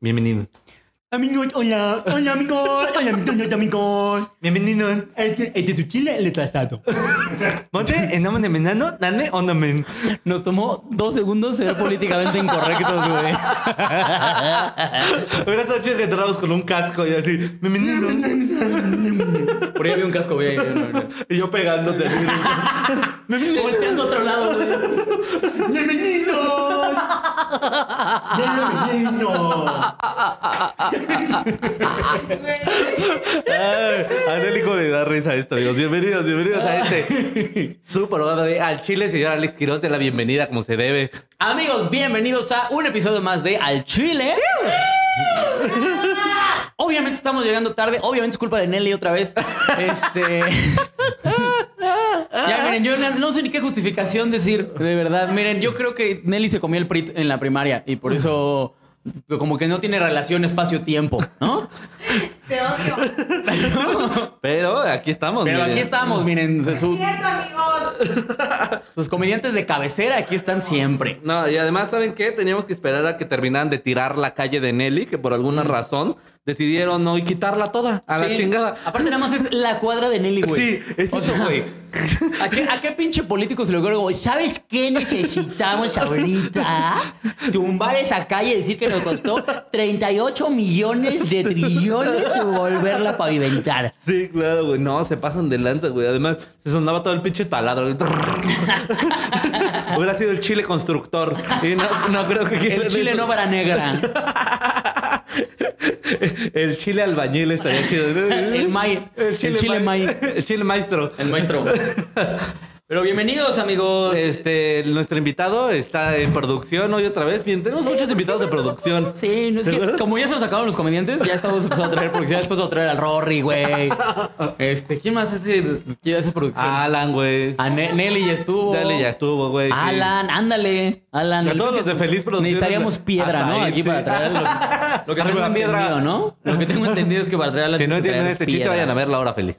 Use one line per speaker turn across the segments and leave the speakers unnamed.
Bienvenido.
Amigos, hola, hola amigos, hola amigos, hola amigos.
Bienvenido.
Este, este es tu chile retrasado.
Monte, en nombre de Menano, dame onomen.
Nos tomó dos segundos ser políticamente incorrectos, güey.
Hubiera estado chido que entráramos con un casco y así. Bienvenido.
Por ahí había un casco, güey.
Y yo pegándote. así.
Volteando a otro lado, güey.
Bienvenidos. Bienvenidos.
Ay, Angélico le da risa a esto, amigos. Bienvenidos, bienvenidos a este su programa de Al Chile, señor Alex Quiroz, de la bienvenida como se debe.
Amigos, bienvenidos a un episodio más de Al Chile. Obviamente estamos llegando tarde. Obviamente es culpa de Nelly otra vez. Este. Ya, miren, yo no sé ni qué justificación decir. De verdad, miren, yo creo que Nelly se comió el PRIT en la primaria y por eso. Como que no tiene relación espacio-tiempo, ¿no?
Te odio.
Pero aquí estamos.
Pero
miren.
aquí estamos, miren, su-
Cierto, amigos.
sus comediantes de cabecera aquí están siempre.
No, y además, ¿saben qué? Teníamos que esperar a que terminaran de tirar la calle de Nelly, que por alguna razón decidieron hoy quitarla toda a la
Mm. Sí.
chingada.
Aparte, nada más es la cuadra de Nelly, güey.
Sí, es
O
eso,
sea,
güey.
¿A qué, a qué pinche político se le ocurre? güey? ¿Sabes qué necesitamos ahorita? Tumbar esa calle y decir que nos costó 38 millones de trillones y volverla a pavimentar.
Sí, claro, güey. No, se pasan de lanza, güey. Además, se sonaba todo el pinche taladro. el Hubiera sido el chile constructor. Y no, no creo que quieran
El chile
eso.
no para negra.
El chile albañil estaría chido.
El mai- el chile
ma-
mai.
El chile maestro.
El maestro. Pero bienvenidos, amigos.
Este, nuestro invitado está en producción hoy otra vez. Bien, tenemos muchos invitados de producción.
Sí, no es que como ya se nos acabaron los comediantes, ya estamos empezando a traer producción. Después a traer al Rory, güey. Este, ¿quién más hace, quién hace producción?
Alan, güey.
A Ah, Ne- Nelly ya estuvo.
Dale, ya estuvo, güey. sí.
Alan, ándale. Alan.
Y a
Lo
todos
que
los de Feliz Producciones,
Necesitaríamos piedra,
a
¿no?
Said,
Aquí
sí.
para traer lo, lo que
Arriba
tengo
la piedra.
entendido, ¿no? Lo que tengo entendido es que para traer las
Si no entienden este chiste, vayan a ver la hora feliz.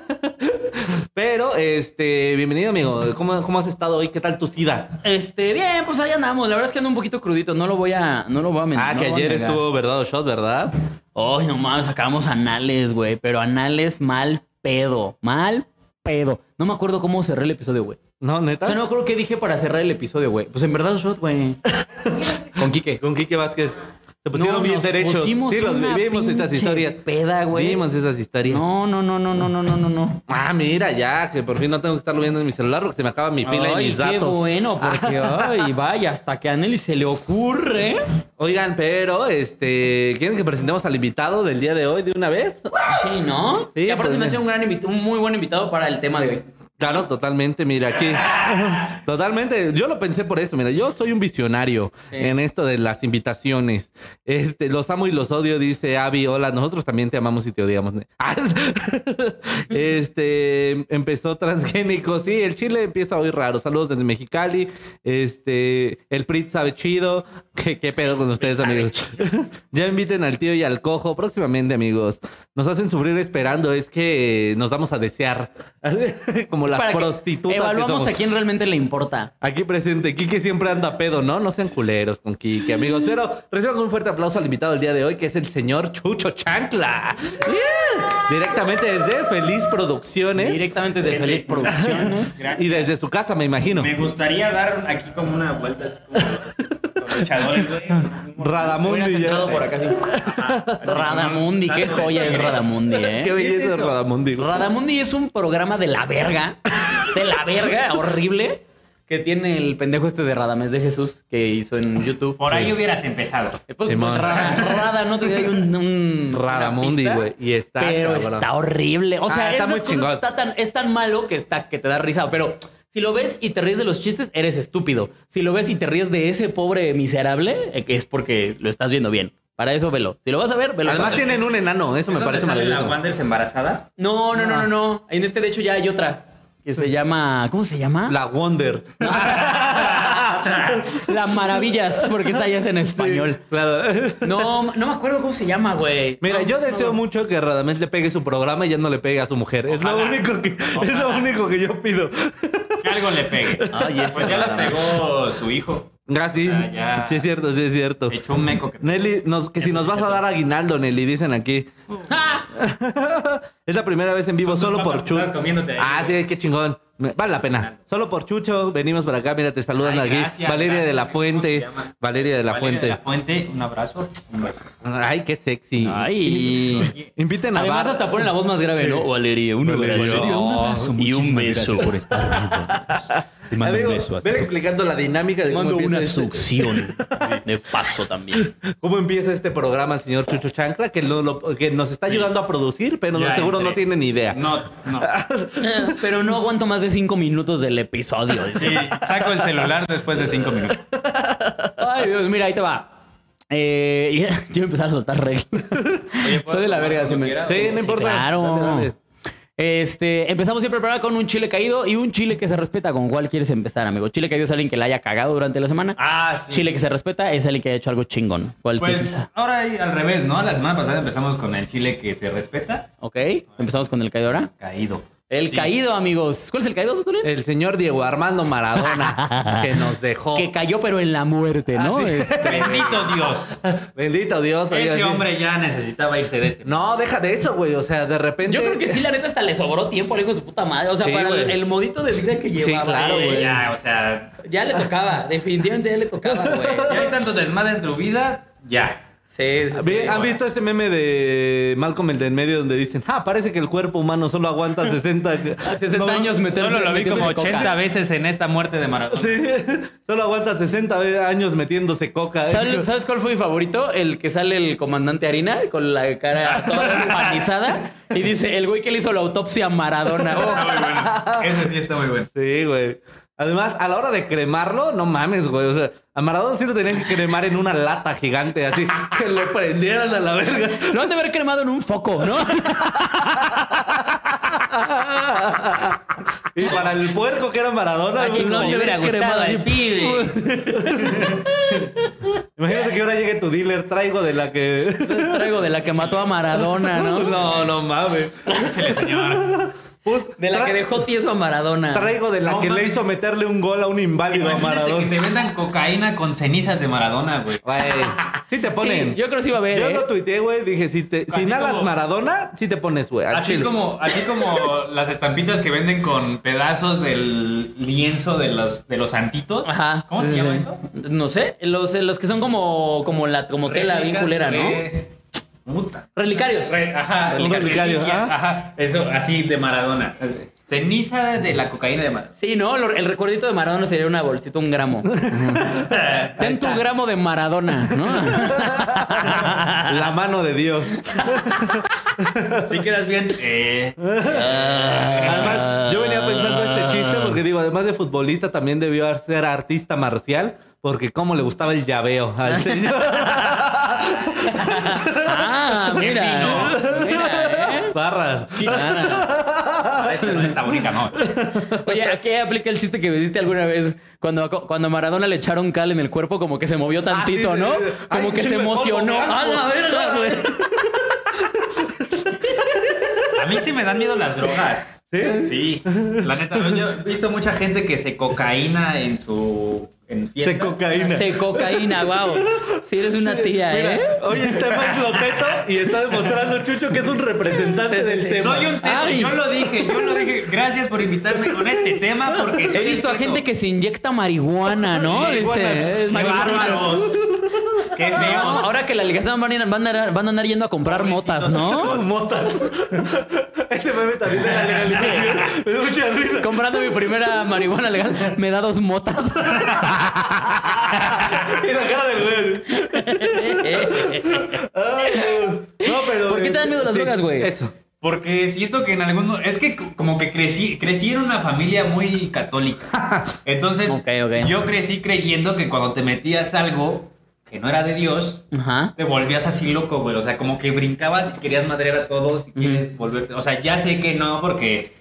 Pero, este, bienvenido, amigo. ¿Cómo, cómo has estado hoy? ¿Qué tal tu sida?
Este, bien, pues ahí andamos. La verdad es que ando un poquito crudito. No lo voy a, no lo voy a mentir.
Ah, que ayer estuvo verdad o shot, ¿verdad?
Ay, no mames, sacamos anales, güey. Pero anales mal pedo. Mal pedo. No me acuerdo cómo cerré el episodio, güey.
No,
O
neta.
sea, no me acuerdo qué dije para cerrar el episodio, güey. Pues en verdad, shot, güey. Con Quique.
Con Quique Vázquez. Se pusieron
No,
Pues bien
nos
derechos. Sí,
pusimos
los
una
vivimos esas
pinche
historias.
peda, güey.
Vimos esas historias.
No, no, no, no, no, no, no, no, no.
Ah, mira, ya, que por fin no tengo que estarlo viendo en mi celular porque se me acaba mi pila
Ay,
y mis
qué
datos. Ah,
bueno, porque ay, vaya, hasta que a Nelly se le ocurre.
Oigan, pero, este, ¿quieren que presentemos al invitado del día de hoy de una vez?
Sí, ¿no?
Sí,
y aparte
pues,
se me hace
mira.
un gran invitado, un muy buen invitado para el tema de hoy.
Claro, totalmente, mira, aquí. Totalmente, yo lo pensé por eso, mira, yo soy un visionario
Sí.
en esto de las invitaciones. Este, los amo y los odio, dice Abby, hola, nosotros también te amamos y te odiamos. Ah, Este, empezó transgénico, sí, el Chile empieza hoy raro. Saludos desde Mexicali. Este, el PRIT sabe chido. ¿Qué, qué pedo con ustedes, amigos? ya inviten al tío y al cojo próximamente, amigos. Nos hacen sufrir esperando, es que nos vamos a desear. Como las
Para que
prostitutas. que
Evaluamos
somos.
a quién realmente le importa.
Aquí presente, Kike siempre anda pedo, ¿no? No sean culeros con Kike, amigos. Pero reciban con un fuerte aplauso al invitado del día de hoy, que es el señor Chucho Chancla. Yeah. Directamente desde Feliz Producciones
Directamente desde Feliz Producciones.
y desde su casa, me imagino.
Me gustaría dar aquí como una vuelta así como los- los luchadores, güey.
Hubieras
Radamundi. ya
entrado
sé.
por acá sí.
Así
Radamundi,
como
qué
un-
joya es Radamundi, ¿eh?
Qué belleza
es
es
eso?
Radamundi.
Radamundi es un programa de la verga, de la verga, horrible, que tiene el pendejo este de Radamés de Jesús que hizo en YouTube.
Por ahí
Sí.
hubieras empezado.
Eh, Pues
Simón.
Rada, Rada, no te hay un, un
Radamundi,
una pista,
güey, y está
Pero
cabrón.
está horrible. O sea,
Ah, está
esas
muy
cosas
chingón.
está tan, es tan malo que está, que te da risa, pero si lo ves y te ríes de los chistes, eres estúpido. Si lo ves y te ríes de ese pobre miserable, eh, que es porque lo estás viendo bien. Para eso velo. Si lo vas a ver, velo.
Además tienen un enano, eso me
¿Es donde
parece
sale la
maravilloso.
Wanders embarazada?
No, no, no, no, no. En este, de hecho, ya hay otra. Que se llama. ¿Cómo se llama?
La Wonders.
La Maravillas, porque esta ya es en español.
Claro.
No, no me acuerdo cómo se llama, güey.
Mira,
No,
yo
no,
deseo
no.
mucho que Radamés le pegue su programa y ya no le pegue a su mujer. Es lo
Ojalá.
único que es lo único que yo pido.
Que algo le pegue.
Ay, ese
pues ya la
Radames.
pegó su hijo.
Ah, sí.
O sea, ya-
Sí, es cierto, sí, es cierto.
Hecho un meco que...
Nelly, nos- que si nos vas a dar aguinaldo, Nelly, dicen aquí. es la primera vez en vivo,
Son
solo
tus
por
papas que estás
Chucho.
comiéndote ahí,
Ah, sí, qué chingón. Me- Vale la pena. Solo por Chucho, venimos para acá, mira, te saludan
Ay,
aquí.
gracias,
Valeria
gracias.
de la
¿Cómo se
Fuente.
llama?
Valeria de la
Valeria
Fuente.
de la Fuente, un abrazo. Un beso.
Ay, qué sexy.
Ay.
Inviten a
Además,
Bar-
hasta ponen la voz más grave, ¿no? Valeria, un
Valeria, un abrazo.
y un
Muchísimas
beso.
gracias por estar. Te mando
Amigo,
un beso. Hasta
ven
luego.
explicando la dinámica de
Te
cómo
mando
empieza,
una
este,
succión.
De paso también.
cómo empieza este programa el señor Chucho Chancla, que, lo- lo- que nos está ayudando a producir, pero
Ya
seguro
entré.
no tiene ni idea.
No, no.
Pero no aguanto más de cinco minutos del episodio. dice.
Sí, saco el celular después de cinco minutos.
Ay, Dios, mira, ahí te va. Eh, ya- yo voy a empezar a soltar reglas.
Oye,
Soy de la verga. si me-
quieras?
Sí, no importa.
Claro.
Dale, dale.
Este, empezamos siempre el programa con un chile caído y un chile que se respeta. ¿Con cuál quieres empezar, amigo? Chile caído es alguien que la haya cagado durante la semana.
Ah, sí.
Chile que se respeta es alguien que haya hecho algo chingón. ¿Cuál quieres?
Pues ahora ahí al revés, ¿no? La semana pasada empezamos con el chile que se respeta.
Ok, empezamos con el caído ahora.
Caído.
El
Sí.
caído, amigos. ¿Cuál es el caído, Sotolín?
El señor Diego Armando Maradona, que nos dejó.
Que cayó, pero en la muerte, ¿no?
Ah, sí.
Es-
Bendito Dios.
Bendito Dios. oiga, sí.
Ese hombre ya necesitaba irse de este.
No, deja de eso, güey. O sea, de repente.
Yo creo que sí, la neta, hasta le sobró tiempo al hijo de su puta madre. O sea,
Sí,
para el,
güey.
el modito de vida que
Sí,
llevaba.
claro,
Sí,
güey.
Ya, o sea,
Ya le tocaba, definitivamente ya le tocaba, güey.
si hay tanto desmadre en tu vida, ya.
Sí, sí, sí.
¿Ve- ¿Han visto ese meme de Malcolm el de en medio donde dicen, ah, parece que el cuerpo humano solo aguanta 60.
A 60 años meterse
Solo lo vi
meterse
como
coca.
80 veces en esta muerte de Maradona.
Sí, solo aguanta 60 ve- años metiéndose coca.
¿Sabes, sabes cuál fue mi favorito? El que sale el comandante Harina con la cara toda empanizada y dice, el güey que le hizo la autopsia a
Oh.
Maradona.
Ese sí está muy bueno.
Sí, güey. Además, a la hora de cremarlo, no mames, güey. O sea, a Maradona sí lo tenían que cremar en una lata gigante, así que lo prendieran a la verga.
Lo han de haber cremado en un foco, ¿no?
Y para el puerco que era Maradona,
Así
güey,
como
no,
yo hubiera eh. cremado al pibe.
Imagínate que ahora llegue tu dealer, traigo de la que.
Traigo de la que mató a Maradona,
No,
¿no?
no, mames.
Échale, señor.
Pues,
De la
tra-
que dejó tieso a Maradona.
Traigo de la
No
que le
mames.
hizo meterle un gol a un inválido a
Imagínate que
Maradona.
te vendan cocaína con cenizas de Maradona, güey.
Güey, sí te ponen.
Sí, yo creo que sí iba a ver,
Yo
¿eh?
lo tuiteé, güey. Dije, si, te, si
Así
nadas
como-
Maradona, sí te pones, güey. al
Así
Ah, chile.
como, así como las estampitas que venden con pedazos del lienzo de los, de los santitos.
Ajá.
¿Cómo
Sí,
se llama
sí.
eso?
No sé, los, los que son como, como la como tela bien
Réplicas
culera, ¿no?
de- Puta.
Relicarios.
Re- ajá,
Un relicario,
reliquias,
ajá.
ajá, Eso, así de Maradona. Ceniza de la cocaína de Maradona.
Sí, no, Lo- el recuerdito de Maradona sería una bolsita, un gramo. Ten tu gramo de Maradona, ¿no?
La mano de Dios.
Si quedas bien. eh,
Además, yo venía pensando este chiste porque digo, además de futbolista, también debió ser artista marcial. Porque cómo le gustaba el llaveo al señor.
Ah, mira. mira, ¿eh?
Barras.
Ah.
para esta no está bonita noche.
Oye, ¿a qué aplica el chiste que me diste alguna vez? Cuando, cuando a Maradona le echaron cal en el cuerpo, como que se movió tantito,
Ah, sí, sí,
¿no?
sí. Ay,
Como
un
que se
chingo de polvo
emocionó.
blanco.
¡A la verga, güey!
A mí sí me dan miedo las drogas. ¿Sí? Sí. La neta, yo he visto mucha gente que se cocaína en su. En
Se
fiestas.
cocaína.
Se cocaína, wow. Sí, eres una tía,
Mira,
¿eh?
Hoy el tema es loteto y está demostrando Chucho que es un representante
Sí, sí,
del
sí.
tema.
Soy un teto,
Ay.
yo lo dije, yo lo dije. Gracias por invitarme con este tema porque soy
He visto a
teto.
gente que se inyecta marihuana, ¿no?
Sí, marihuanas.
Dice, ¿eh?
¡Qué bárbaros! ¡Qué feos!
Ahora que la ligación van a, ir- van a ir- van a andar yendo a comprar motas, ¿no?
Motas. Ese meme también de la legalización. Me dio mucha risa.
Comprando mi primera marihuana legal, me da dos motas.
Y la cara del güey. Ay, Dios. no, pero.
¿Por qué te dan miedo las
Sí,
drogas, güey?
Eso.
Porque siento que en algún mo- es que co- como que crecí crecí en una familia muy católica. Entonces,
Ok, ok.
yo crecí creyendo que cuando te metías algo que no era de Dios,
Ajá.
te volvías así loco, güey, o sea, como que brincabas y querías madrear a todos y quieres volverte, o sea, ya sé que no porque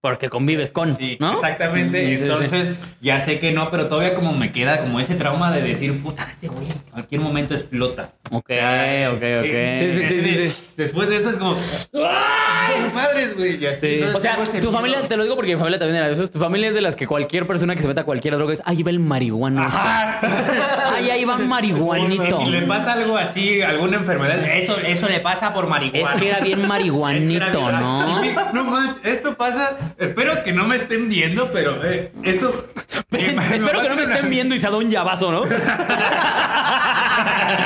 porque convives con,
Sí,
¿no?
exactamente.
Sí, sí, sí.
Entonces, ya sé que no, pero todavía como me queda como ese trauma de decir, puta, este güey en cualquier momento explota.
Ok,
sea,
ok,
eh,
Sí,
ok.
sí, sí,
ese-
sí, sí.
Después de eso es como, ¡ay, madres, güey! Ya sé.
O sea, tu familia, te lo digo porque mi familia también era de esos, tu familia es de las que cualquier persona que se meta a cualquier droga es, ahí va el marihuano. ese". Ay, ahí va un marihuanito.
Si le pasa algo así, alguna enfermedad, eso, eso le pasa por marihuana.
Es que era bien
Es que era
marihuanito,
bien-
¿no?
Sí, No manches, esto pasa. Espero que no me estén viendo, pero eh, esto.
Espero que no me estén viendo y se ha dado un llavazo, ¿no?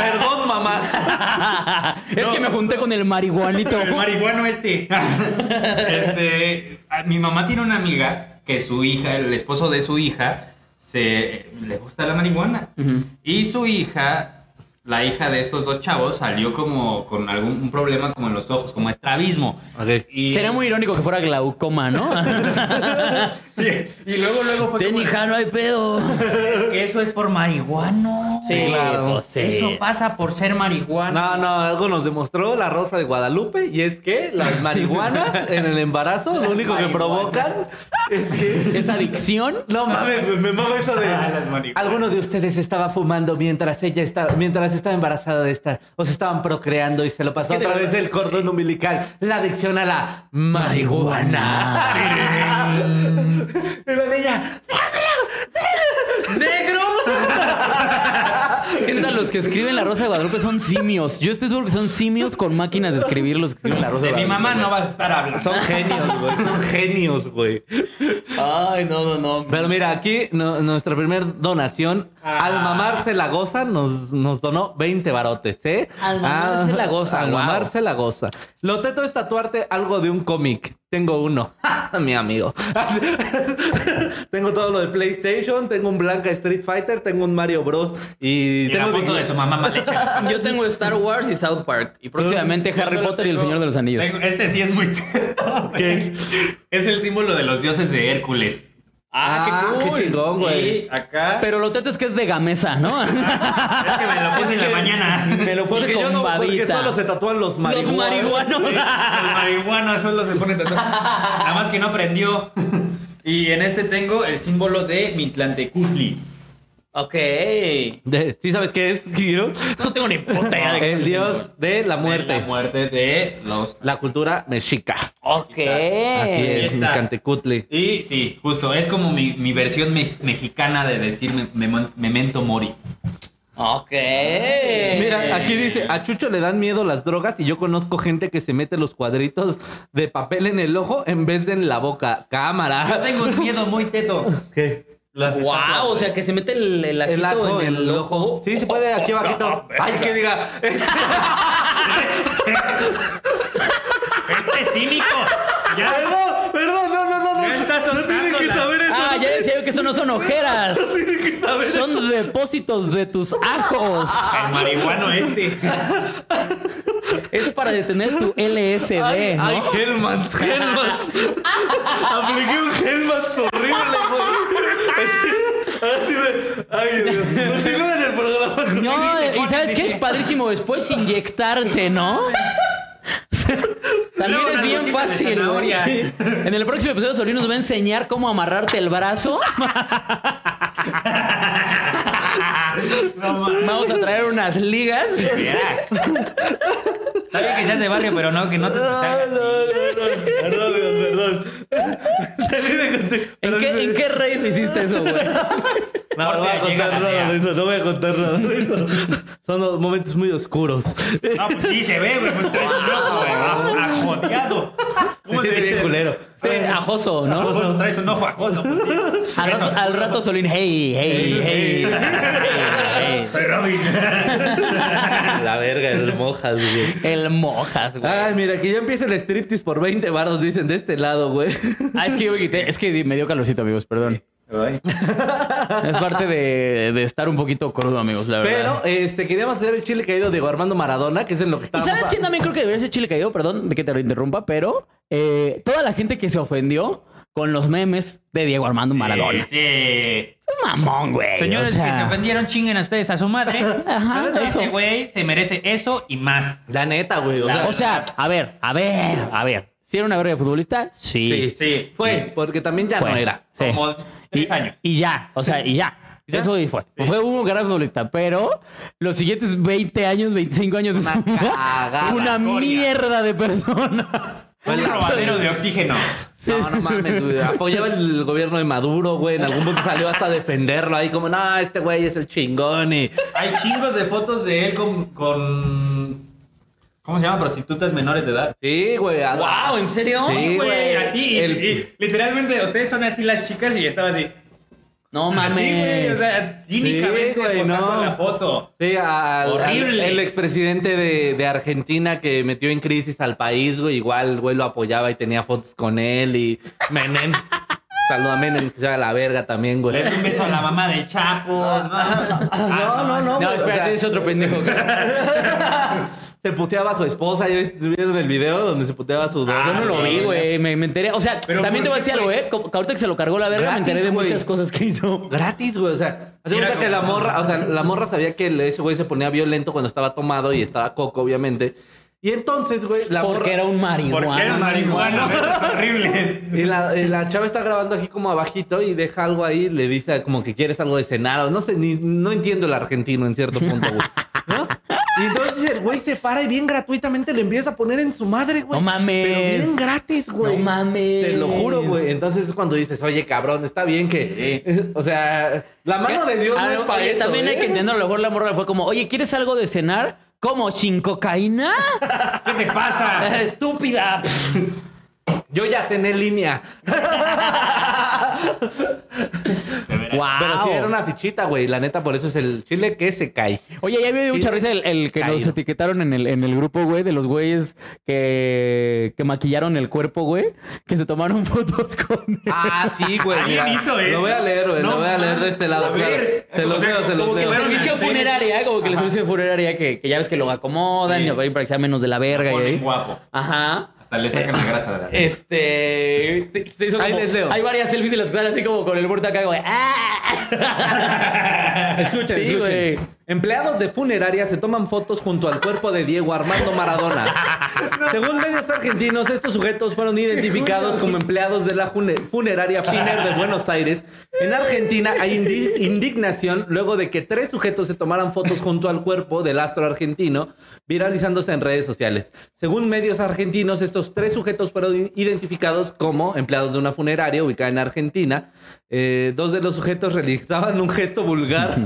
Perdón, mamá.
es que me junté con el marihuanito.
El marihuano este. este. a- Mi mamá tiene una amiga que su hija, el esposo de su hija, se le gusta la marihuana. Y su hija, la hija de estos dos chavos, salió como con algún un problema como en los ojos, como estrabismo.
Ok.
Y,
Sería muy irónico que fuera glaucoma, ¿no?
y, y luego, luego fue
Ten
como,
hija, no hay pedo.
"Es que eso es por marihuano.
Sí,
claro.
pues sí.
Eso pasa por ser marihuana.
No, no, algo nos demostró la Rosa de Guadalupe y es que las marihuanas en el embarazo lo único que provocan es que...
¿Es adicción?
No mames, güey, me mamo eso de...
Ah, las marihuanas.
Alguno de ustedes estaba fumando mientras ella estaba, mientras estaba embarazada de esta, o se estaban procreando y se lo pasó a través del cordón umbilical. La adicción a la marihuana. Era de ella.
Es que neta, los que escriben La Rosa de Guadalupe son simios. Yo estoy seguro que son simios con máquinas de escribir los que escriben La Rosa de,
De mi
Guadalupe.
mamá no vas a estar hablando.
Son genios, güey. Son genios, güey.
Ay, no, no, no.
Pero mira, aquí no- nuestra primer donación,
Ah.
al mamarse la goza, nos, nos donó 20 barotes, ¿eh?
Al mamarse la goza,
Al
wow.
mamarse la goza. Lo teto es tatuarte algo de un cómic. Tengo uno.
Ah,
Mi amigo. tengo todo lo de PlayStation, tengo un Blanca Street Fighter, tengo un Mario Bros. Y,
Y la
tengo
foto de su mamá mal hecha.
Yo tengo Star Wars y South Park. Y próximamente Harry
Yo solo
Potter y El
tengo-
Señor de los Anillos.
tengo- este sí es muy teto, güey.
¿Qué?
Es el símbolo de los dioses de Hércules.
Ah, qué chingón, güey.
Y acá.
Pero lo teto es que es de Gamesa, ¿no?
es que me lo puse en la mañana.
Me lo puse
Porque, yo
con
no, porque
babita.
solo se tatúan los marihuanos.
Los marihuanos.
El marihuano solo se pone tatuaje. Nada más que no aprendió. Y en este tengo el símbolo de Mintlantecutli.
ok.
De- ¿Sí sabes qué es, Kiro?
No tengo ni puta idea de qué
El
es
dios de la
De
muerte.
La muerte de los.
La cultura mexica.
Ok. Eh.
Así
Ahí
es, mi
está.
cantecutli.
Y sí, justo. Es como mi, mi versión mes- mexicana de decir me- me- memento mori.
Ok.
Mira, aquí dice, a Chucho le dan miedo las drogas y yo conozco gente que se mete los cuadritos de papel en el ojo en vez de en la boca.
Yo
Cámara.
tengo un miedo muy teto.
¿Qué?
Las
Wow,
estatuas.
o sea que se mete el, el
El
ajito
ajo,
en el, ojo.
Sí, se puede aquí abajito. Ay, que diga.
Este cínico. Ya
Perdón, perdón, no, no, no, no.
Ya está
No tienen que
soltándola.
saber eso.
Ah, ya decía yo que eso no son ojeras. Son depósitos de tus ajos.
El marihuano este.
Es para detener tu LSD, ¿no?
Ay, Hellmans, Hellmans. Apliqué un Hellmans horrible, güey. Así, ahora sí me. Ay, Dios. Continúen el programa.
No, y ¿sabes qué? Es padrísimo después inyectarte, ¿no? También
Luego
es
una
bien
gotita de
fácil. güey.
zanahoria.
Sí. En el próximo episodio Solín nos va a enseñar cómo amarrarte el brazo.
No mames.
Vamos a traer unas ligas.
Verás. Está bien que seas de barrio, pero no, que no te salgas.
Perdón, Dios, perdón. Salí de contexto.
¿En qué, ¿En qué rave hiciste eso, güey?
No, no voy a
Llega
contar
la
nada
tía.
de eso, no voy a contar nada de eso. Son los momentos muy oscuros.
No, pues sí se ve, güey. Pues traes un ojo, güey. ajo- Ajoteado. ¿Cómo
Sí,
se
bien
dice?
culero.
Sí, ajoso, ¿no?
Ajoso, traes un ojo ajoso. Pues sí.
Al rato,
Eso.
al rato Solín, hey, hey, hey. hey,
Soy Robin.
La verga, el mojas, güey.
hey. El mojas, güey.
Ay, mira, que ya empieza el striptease por 20 varos, dicen, de este lado, güey.
Ah, es que yo me quité, es que me dio calorcito, amigos, perdón. Es parte de, de estar un poquito crudo, amigos, la verdad.
Pero, este, queríamos hacer el chile caído de Diego Armando Maradona, que es en lo que
¿Y
estábamos...
sabes quién también creo que debería ser chile caído? Perdón de que te lo interrumpa, pero eh, toda la gente que se ofendió con los memes de Diego Armando Maradona.
Sí, sí.
Es mamón, güey.
Señores
o sea.
que se ofendieron, chinguen a ustedes a su madre.
Ajá,
Ese
eso.
güey se merece eso y más.
La neta, güey. O sea,
O sea, a ver, a ver, a ver. ¿Sí era una verga de futbolista? Sí.
Sí.
Sí,
Fue, porque también ya no
Fue.
era.
Sí.
como tres
y,
años.
y ya, o sea, y ya.
¿Ya?
Eso y fue. Fue un gran futbolista, pero los siguientes 20 años, 25 años de su vida,
cagada,
fue una
Coria.
mierda de persona.
Fue el robadero de oxígeno.
No, no mames, güey. Apoyaba el gobierno de Maduro, güey. En algún punto salió hasta a defenderlo ahí, como, no, este güey es el chingón y.
Hay chingos de fotos de él con. con ¿Cómo se llama? Prostitutas menores de edad.
Sí, güey. a-
¡Wow! ¿En serio?
Sí, güey.
Así, y-
El-
y literalmente, ustedes son así las chicas y estaba así.
No mames.
Así, güey, o sea, cínicamente
güey,
posando
no.
la foto.
Sí, al, al-
Horrible.
el expresidente de, de Argentina que metió en crisis al país, güey. Igual, güey, lo apoyaba y tenía fotos con él y Menem. Saluda a Menem, que se haga la verga también, güey.
Le doy un beso a la mamá del Chapo. Ah,
No, no, no.
No,
güey, o
espérate,
sea,
es otro pendejo.
Se puteaba a su esposa. ¿Ya vieron el video donde se puteaba a su
Ah, Yo
esposa?
no lo vi, güey. Me, me enteré. O sea,
Pero
también te
¿por
voy a decir
qué,
algo,
güey?
¿eh? Como que ahorita que se lo cargó la verga,
Gratis,
me enteré de
güey.
muchas cosas que hizo.
Gratis, güey. O sea, hace
Sí, era
cuenta que la
como-
morra, o sea, la morra sabía que el- ese güey se ponía violento cuando estaba tomado y estaba coco, obviamente. Y entonces, güey, la morra.
Porque era un marihuana.
Porque eran marihuana, besos horribles.
Y la, y la chava está grabando aquí como abajito y deja algo ahí, le dice como que quieres algo de cenar o no sé, ni, no entiendo el argentino en cierto punto, güey. ¿No? Y entonces el güey se para y bien gratuitamente le empieza a poner en su madre, güey.
No mames.
Pero bien gratis, güey.
No mames.
Te lo juro, güey. Entonces es cuando dices, oye, cabrón, está bien que... O sea, la mano de Dios
Ah,
no es
no,
para
oye,
eso.
También hay
¿eh?
que entender, a lo mejor la morra fue como, oye, ¿quieres algo de cenar? ¿Cómo? ¿Sin cocaína?
¿Qué te pasa?
Estúpida.
Yo ya cené en línea.
wow.
Pero sí era una fichita, güey. La neta, por eso es el chile que se cae.
Oye, ya me dio
Sí,
mucha risa el, el que nos
caído.
etiquetaron en el, en el grupo, güey, de los güeyes que, que maquillaron el cuerpo, güey, que se tomaron fotos con él.
Ah, sí, güey.
¿Alguien
mira.
hizo
Lo
eso?
voy a leer, güey.
No
lo voy a leer de este lado.
A ver,
claro. Se
como
los
sea,
leo, se los
como que
leo.
fueron
El servicio
Sí.
funeraria, ¿eh? como que el servicio funeraria que, que ya ves que lo acomodan
Sí.
y para que sea menos de la verga. y
Ponen
ahí.
guapo.
Ajá.
Hasta le sacan la grasa de la
Este. se hizo
Ahí
como-
les leo.
Hay varias selfies de las que están así como con el muerto acá, güey. ¡Ah!
Escuchen,
Sí,
escuchen.
güey.
Empleados de funeraria se toman fotos junto al cuerpo de Diego Armando Maradona. Según medios argentinos, estos sujetos fueron identificados como empleados de la june- funeraria Finer de Buenos Aires. En Argentina hay indi- indignación luego de que tres sujetos se tomaran fotos junto al cuerpo del astro argentino, viralizándose en redes sociales. Según medios argentinos, estos tres sujetos fueron i- identificados como empleados de una funeraria ubicada en Argentina. Eh, dos de los sujetos realizaban un gesto vulgar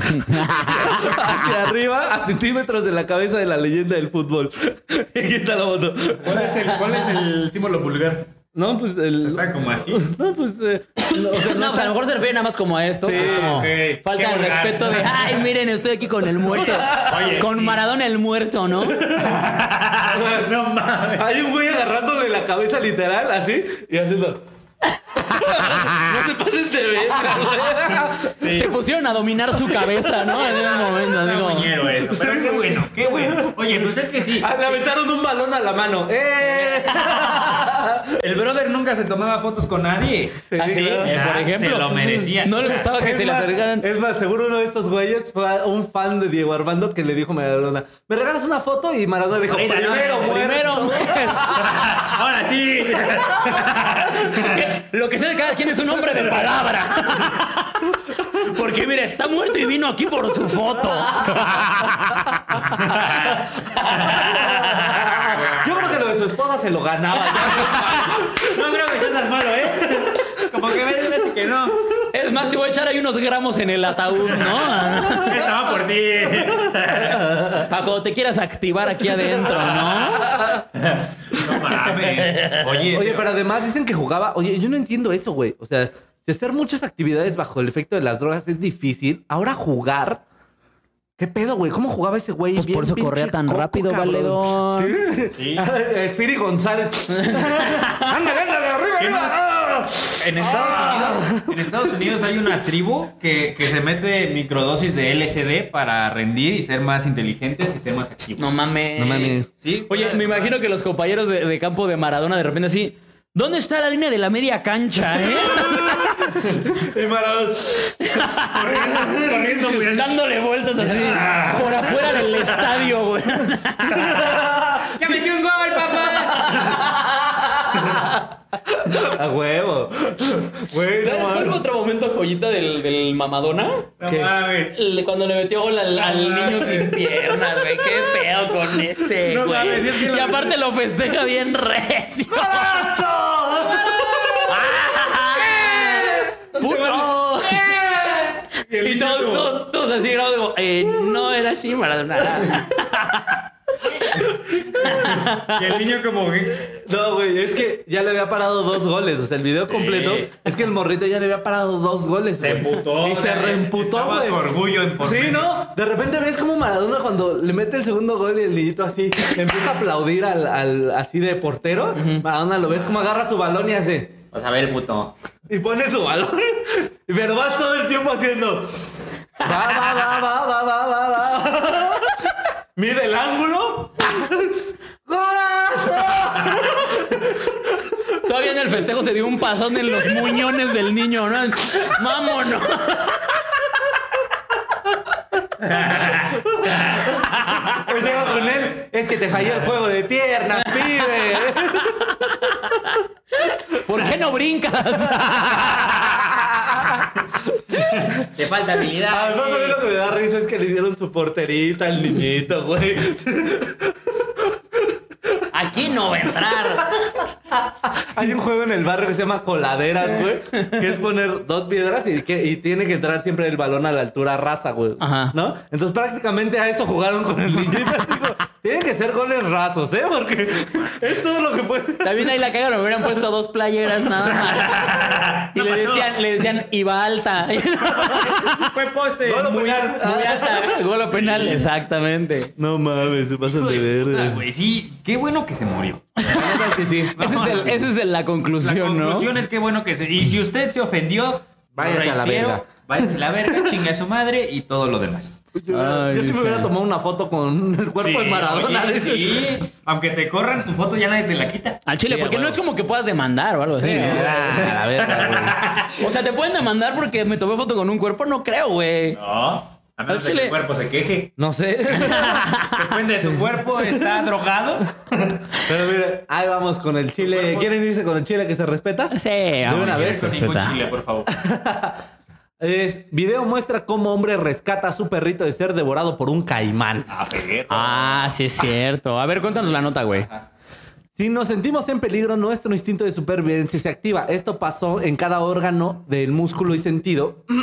hacia arriba, a centímetros de la cabeza de la leyenda del fútbol. Aquí está la foto.
¿Cuál es, el, ¿Cuál es el símbolo vulgar?
No, pues el.
Está como así.
No, pues. eh, no, o sea,
No, pues a lo mejor se refiere nada más como a esto.
Sí,
que es como
ok.
falta
Qué
de
vulgar.
respeto de, ay, miren, estoy aquí con el muerto.
Oye,
con
sí.
Maradona el muerto, ¿no?
Ah, No mames.
Hay un güey agarrándole la cabeza literal, así, y haciendo. no se pasen de verga, güey.
Se pusieron a dominar su cabeza, ¿no? En un momento,
Está
digo.
buñero eso. Pero qué bueno, qué bueno. Oye, pues es que sí.
Ah, Le aventaron un balón a la mano. ¡Eh!
El brother nunca se tomaba fotos con nadie.
Así, eh, por
Ah,
ejemplo.
Se lo merecía.
No le gustaba que
Es
se le
más-
acercaran.
Es más, seguro uno de estos güeyes fue un fan de Diego Armando que le dijo a Maradona: ¿Me regalas una foto? Y Maradona dijo:
Ahorita no,
Primero, muerto".
Primero, pues,
Ahora sí.
que lo que sea de cada quien es un hombre de palabra. Porque mira, está muerto y vino aquí por su foto.
Yo creo que lo de su esposa se lo ganaba.
No creo que sea tan malo, ¿eh? Como que ves, ves que no.
Es más, te voy a echar ahí unos gramos en el ataúd, ¿no?
Estaba por ti.
Para cuando te quieras activar aquí adentro, ¿no?
No mames. Oye,
Oye, pero además dicen que jugaba. Oye, yo no entiendo eso, güey. O sea, si hacer muchas actividades bajo el efecto de las drogas es difícil, ahora jugar. ¿Qué pedo, güey? ¿Cómo jugaba ese güey?
Pues por eso
pinche
corría tan
coco,
rápido,
cabrón.
valedor.
Sí.
Spiri González. ándale, ándale, arriba,
¿Qué más?
arriba.
En Estados, Unidos, en Estados Unidos hay una tribu que, que se mete microdosis de LSD para rendir y ser más inteligentes y ser más activos.
No mames.
No mames.
Sí.
Oye, me imagino que los compañeros de, de campo de Maradona de repente así. ¿Dónde está la línea de la media cancha, eh?
Y Maradona.
corriendo muy
Dándole vueltas así por afuera del estadio, güey.
¡Ya metió un gol, papá!
A huevo.
Güey, no
¿Sabes cuál fue
mames.
otro momento joyita del, del mamadona?
No
¿Qué?
mames.
El de Cuando le metió gol al, al niño sin piernas, güey. Qué pedo con ese,
No
güey.
mames, es que lo-
y aparte lo festeja bien recio. ¡Puto! Y todos, todos, todos así grabados como, eh, no era así, Maradona.
Y el niño como que...
No, güey, es que ya le había parado dos goles. O sea, el video completo es que el morrito ya le había parado dos goles.
Se
güey.
emputó.
Y se reemputó,
Estaba
güey.
su orgullo en por
Sí,
medio.
¿no? De repente ves como Maradona cuando le mete el segundo gol y el niñito así le empieza a aplaudir al, al- así de portero. Maradona lo ves como agarra su balón y hace.
Pues a ver, puto.
Y pone su balón. Pero vas todo el tiempo haciendo. Va, va, va, va, va, va, va, va. Mide el ángulo. ¡Golazo!
Todavía en el festejo se dio un pasón en los muñones del niño, ¿no? ¡Vámonos!
Pues llego con él. Es que te falló el juego de piernas, pibe.
¿Por qué no brincas?
Te falta
A
habilidad.
mí más o menos lo que me da risa es que le hicieron su porterita al niñito, güey.
Aquí no va a entrar.
Hay un juego en el barrio que se llama coladeras, güey. Que es poner dos piedras y, que, y tiene que entrar siempre el balón a la altura raza, güey.
Ajá.
¿No? Entonces prácticamente a eso jugaron con el niñito. así como, Tienen que ser goles rasos, ¿eh? Porque es todo lo que puede.
También ahí la cagaron, me hubieran puesto dos playeras nada más.
Y le decían, le decían, iba alta.
Fue poste.
Gol o
Muy-
penal.
Muy alta, gol o penal, exactamente.
No mames, se pasan de
Puta,
verga.
güey, sí, qué bueno que se murió.
Ese es el- Esa es, el- la
La
conclusión, Pues ¿no?
conclusión es que bueno que se. Y si usted se ofendió,
Váyase a la verga.
Váyase a la verga, chingue a su madre y todo lo demás.
Yo,
Ay,
yo sí me hubiera
sí.
tomado una foto con el cuerpo de Maradona.
oye,
dice.
sí. Aunque te corran, tu foto ya nadie te la quita.
Al chile,
Sí,
porque
a
no
huevo.
es como que puedas demandar o algo así, ¿no?
Ah, la verga, güey.
O sea, te pueden demandar porque me tomé foto con un cuerpo, no creo, güey.
No. A
Al
menos de que
chile.
el cuerpo se queje.
No sé. Ah,
Depende de tu cuerpo, está drogado.
Pero mire, ahí vamos con el chile. ¿Quieren irse con el chile que se respeta?
Sí,
una
vamos,
vez,
se
Ningún
respeta.
chile, por favor.
Es, video muestra cómo hombre rescata a su perrito de ser devorado por un caimán.
A perro.
Ah, sí es cierto. A ver, cuéntanos la nota, güey.
Si nos sentimos en peligro, nuestro instinto de supervivencia se activa. Esto pasó en cada órgano del músculo y sentido.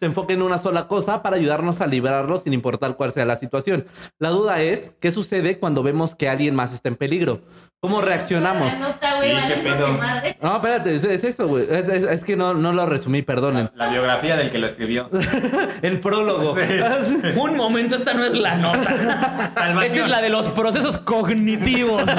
Se enfoca en una sola cosa para ayudarnos a liberarlo sin importar cuál sea la situación. La duda es, ¿qué sucede cuando vemos que alguien más está en peligro? ¿Cómo reaccionamos?
No está, güey,
Sí,
vale,
qué pedo.
de madre.
No, espérate, es, es eso, güey. Es, es- es que no, no lo resumí, perdonen.
La biografía del que lo escribió.
El prólogo.
Un momento, esta no es la nota. Esta es
Salvación.
la de los procesos cognitivos,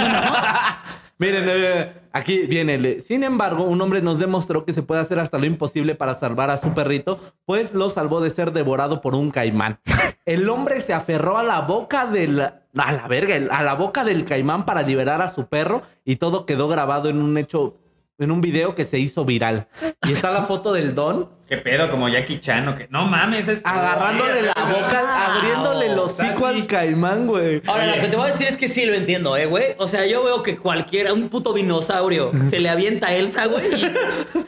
Miren, eh, aquí viene el de, Sin embargo, un hombre nos demostró que se puede hacer hasta lo imposible para salvar a su perrito, pues lo salvó de ser devorado por un caimán. El hombre se aferró a la boca del... A la verga, el- a la boca del caimán para liberar a su perro y todo quedó grabado en un hecho... En un video que se hizo viral. Y está la foto del don
¿Qué pedo? Como Jackie Chan o qué. No mames, es.
agarrándole la boca, abriéndole el hocico al caimán, güey.
Ahora, lo que te voy a decir es que sí lo entiendo, ¿eh, güey? O sea, yo veo que cualquiera, un puto dinosaurio, se le avienta a Elsa, güey, y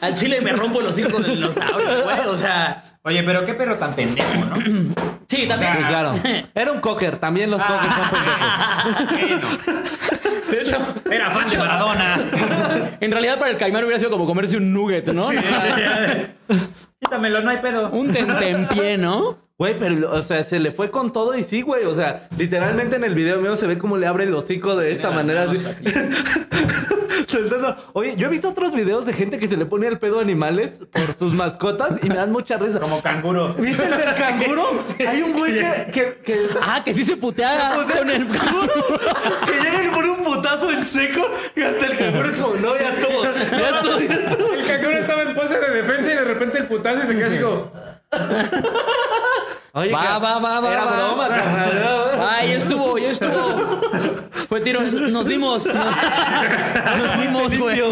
al chile me rompo los hijos del dinosaurio, güey. O sea,
Oye, pero qué perro tan pendejo, ¿no?
sí, también.
Sí, claro. Era un cocker, también los cockers son pendejos.
De hecho,
Era fan de Maradona.
en realidad para el caimán hubiera sido como comerse un nugget, ¿no?
Quítamelo, no hay pedo.
Un tentempié, ¿no?
Güey, pero, o sea, se le fue con todo y sí, güey. O sea, literalmente en el video mío se ve cómo le abre el hocico de esta manera. Así. Soltando. Oye, yo he visto otros videos de gente que se le pone el pedo a animales por sus mascotas y me dan mucha risa.
Como canguro.
¿Viste el del canguro? Hay un güey que, que, que-
Ah, que sí se putea con el
que llega y le pone un putazo en seco y hasta el canguro es como, no, ya estuvo, ya estuvo, ya estuvo.
El canguro estaba en pose de defensa y de repente el putazo y se queda así como.
Oye,
Va,
ca-
va, va, va,
Era
va.
broma, carnal.
Ay, ya estuvo, ya estuvo.
Fue tiro. Nos dimos. Nos, nos dimos, güey.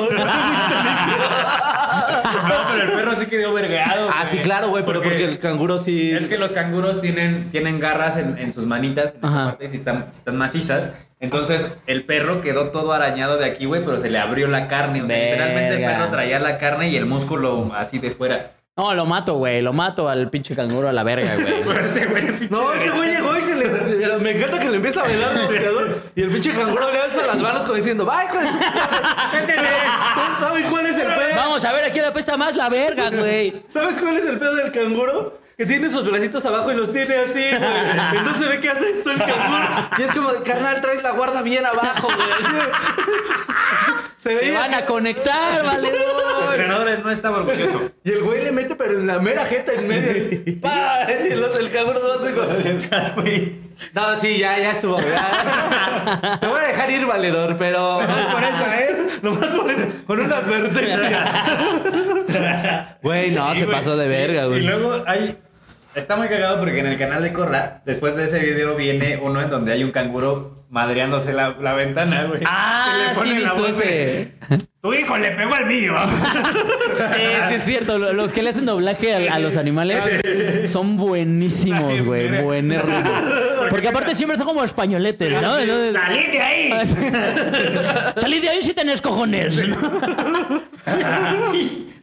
No, pero el perro sí quedó vergado.
Ah, sí, claro, güey, pero porque el canguro sí.
Es que los canguros tienen, tienen garras en, en sus manitas, en esta
Ajá.
parte, y si están, si están macizas. Entonces, el perro quedó todo arañado de aquí, güey, pero se le abrió la carne. O sea, literalmente el
Verga.
perro traía la carne y el músculo así de fuera.
No, lo mato, güey. Lo mato al pinche canguro a la verga, güey.
Pues Ese güey, pinche
No, ese güey llegó y se le. eh, Me encanta que le empieza a bailar el boxeador. Y el pinche canguro le alza las manos como diciendo: ¡Va, hijo de su ¿Tú ¿Sabes cuál es el pedo?
Vamos a ver, aquí la pesta más la verga, güey.
¿Sabes cuál es el pedo del canguro? Que tiene sus bracitos abajo y los tiene así, güey. Entonces ve que hace esto el canguro. Y es como, de, carnal, traes la guarda bien abajo, güey. Se
Te
veía.
van a conectar,
Los
valedor.
entrenadores no estaba orgulloso.
Y el güey le mete, pero en la mera jeta en medio. ¡Pah! Y el, otro- el canguro no hace como- No, sí, ya, ya estuvo. ya. Te voy a dejar ir, valedor, pero. Nomás por eso, ¿eh? Nomás por eso. Con una advertencia. Güey, no,
Sí,
se
güey,
pasó de
sí.
verga, güey.
Y luego hay. Está muy cagado porque en el canal de Corra, después de ese video, viene uno en donde hay un canguro madreándose la, la ventana, güey.
Ah,
Y le
sí,
ponen la
visto
voz de,
ese.
Tu hijo le pegó al mío.
Sí, sí, es cierto. Lo- Los que le hacen doblaje a, a los animales son buenísimos, güey. Buen ruido. Porque aparte siempre son como españoletes, ¿no? Entonces-
¡Salí de ahí!
Salid de ahí si tenés cojones.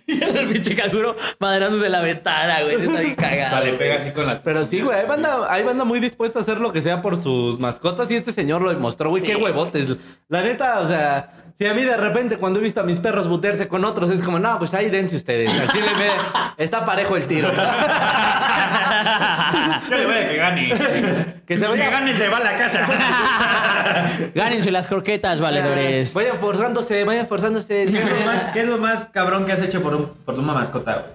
Y el pinche canguro maderándose la ventana, güey. Está bien
Hasta
cagado.
le pega así con las.
Pero sí, güey, hay banda, hay banda muy dispuesta a hacer lo que sea por sus mascotas y este señor lo demostró, güey,
Sí.
qué huevotes. La neta, o sea, si a mí de repente cuando he visto a mis perros butearse con otros es como, no, pues ahí dense ustedes. Al chile me- está parejo el tiro.
Yo le voy a que gane.
Que se vaya-
Que gane se va a la casa.
Gánense las croquetas, valedores.
Vayan forzándose, vayan forzándose.
¿Qué es lo más, qué es lo más cabrón que has hecho por, un, por una mascota, güey?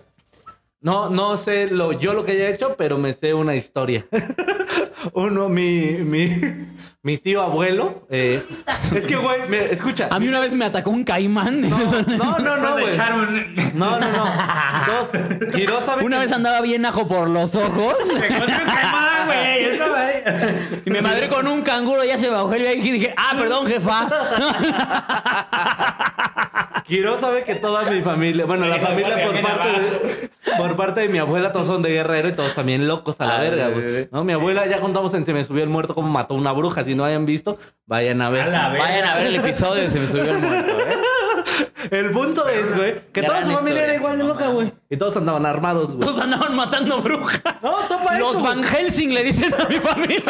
No, no sé lo, yo lo que haya hecho, pero me sé una historia. Uno, mi, mi, mi tío abuelo. eh, es que, güey, me- escucha.
A mí una vez me atacó un caimán.
No, no, no,
Después de
güey.
echar un-
No, no, no. Dos, Giró sabe
Una
que-
vez andaba bien ajo por los ojos
Me encontré un caimán, güey. Eso, güey.
y me madré con un canguro, ya se bajó el viaje y dije, ah, perdón, jefa.
Quiero sabe que toda mi familia, bueno, la
Hijo de
familia
guardia,
por
viene
parte de, por parte de mi abuela, todos son de guerrero y todos también locos a la
Ah,
verga, güey. No, mi abuela ya contamos en Se me subió el muerto como mató una bruja, si no hayan visto, vayan a ver.
A la verga.
Vayan a ver el episodio de Se me subió el muerto. ¿eh?
El punto es, güey, que toda
gran
su familia
historia.
era igual de
No
loca, güey. Y todos andaban armados, güey.
Todos andaban matando brujas.
No, topa eso,
Los
güey.
Van Helsing le dicen a mi familia.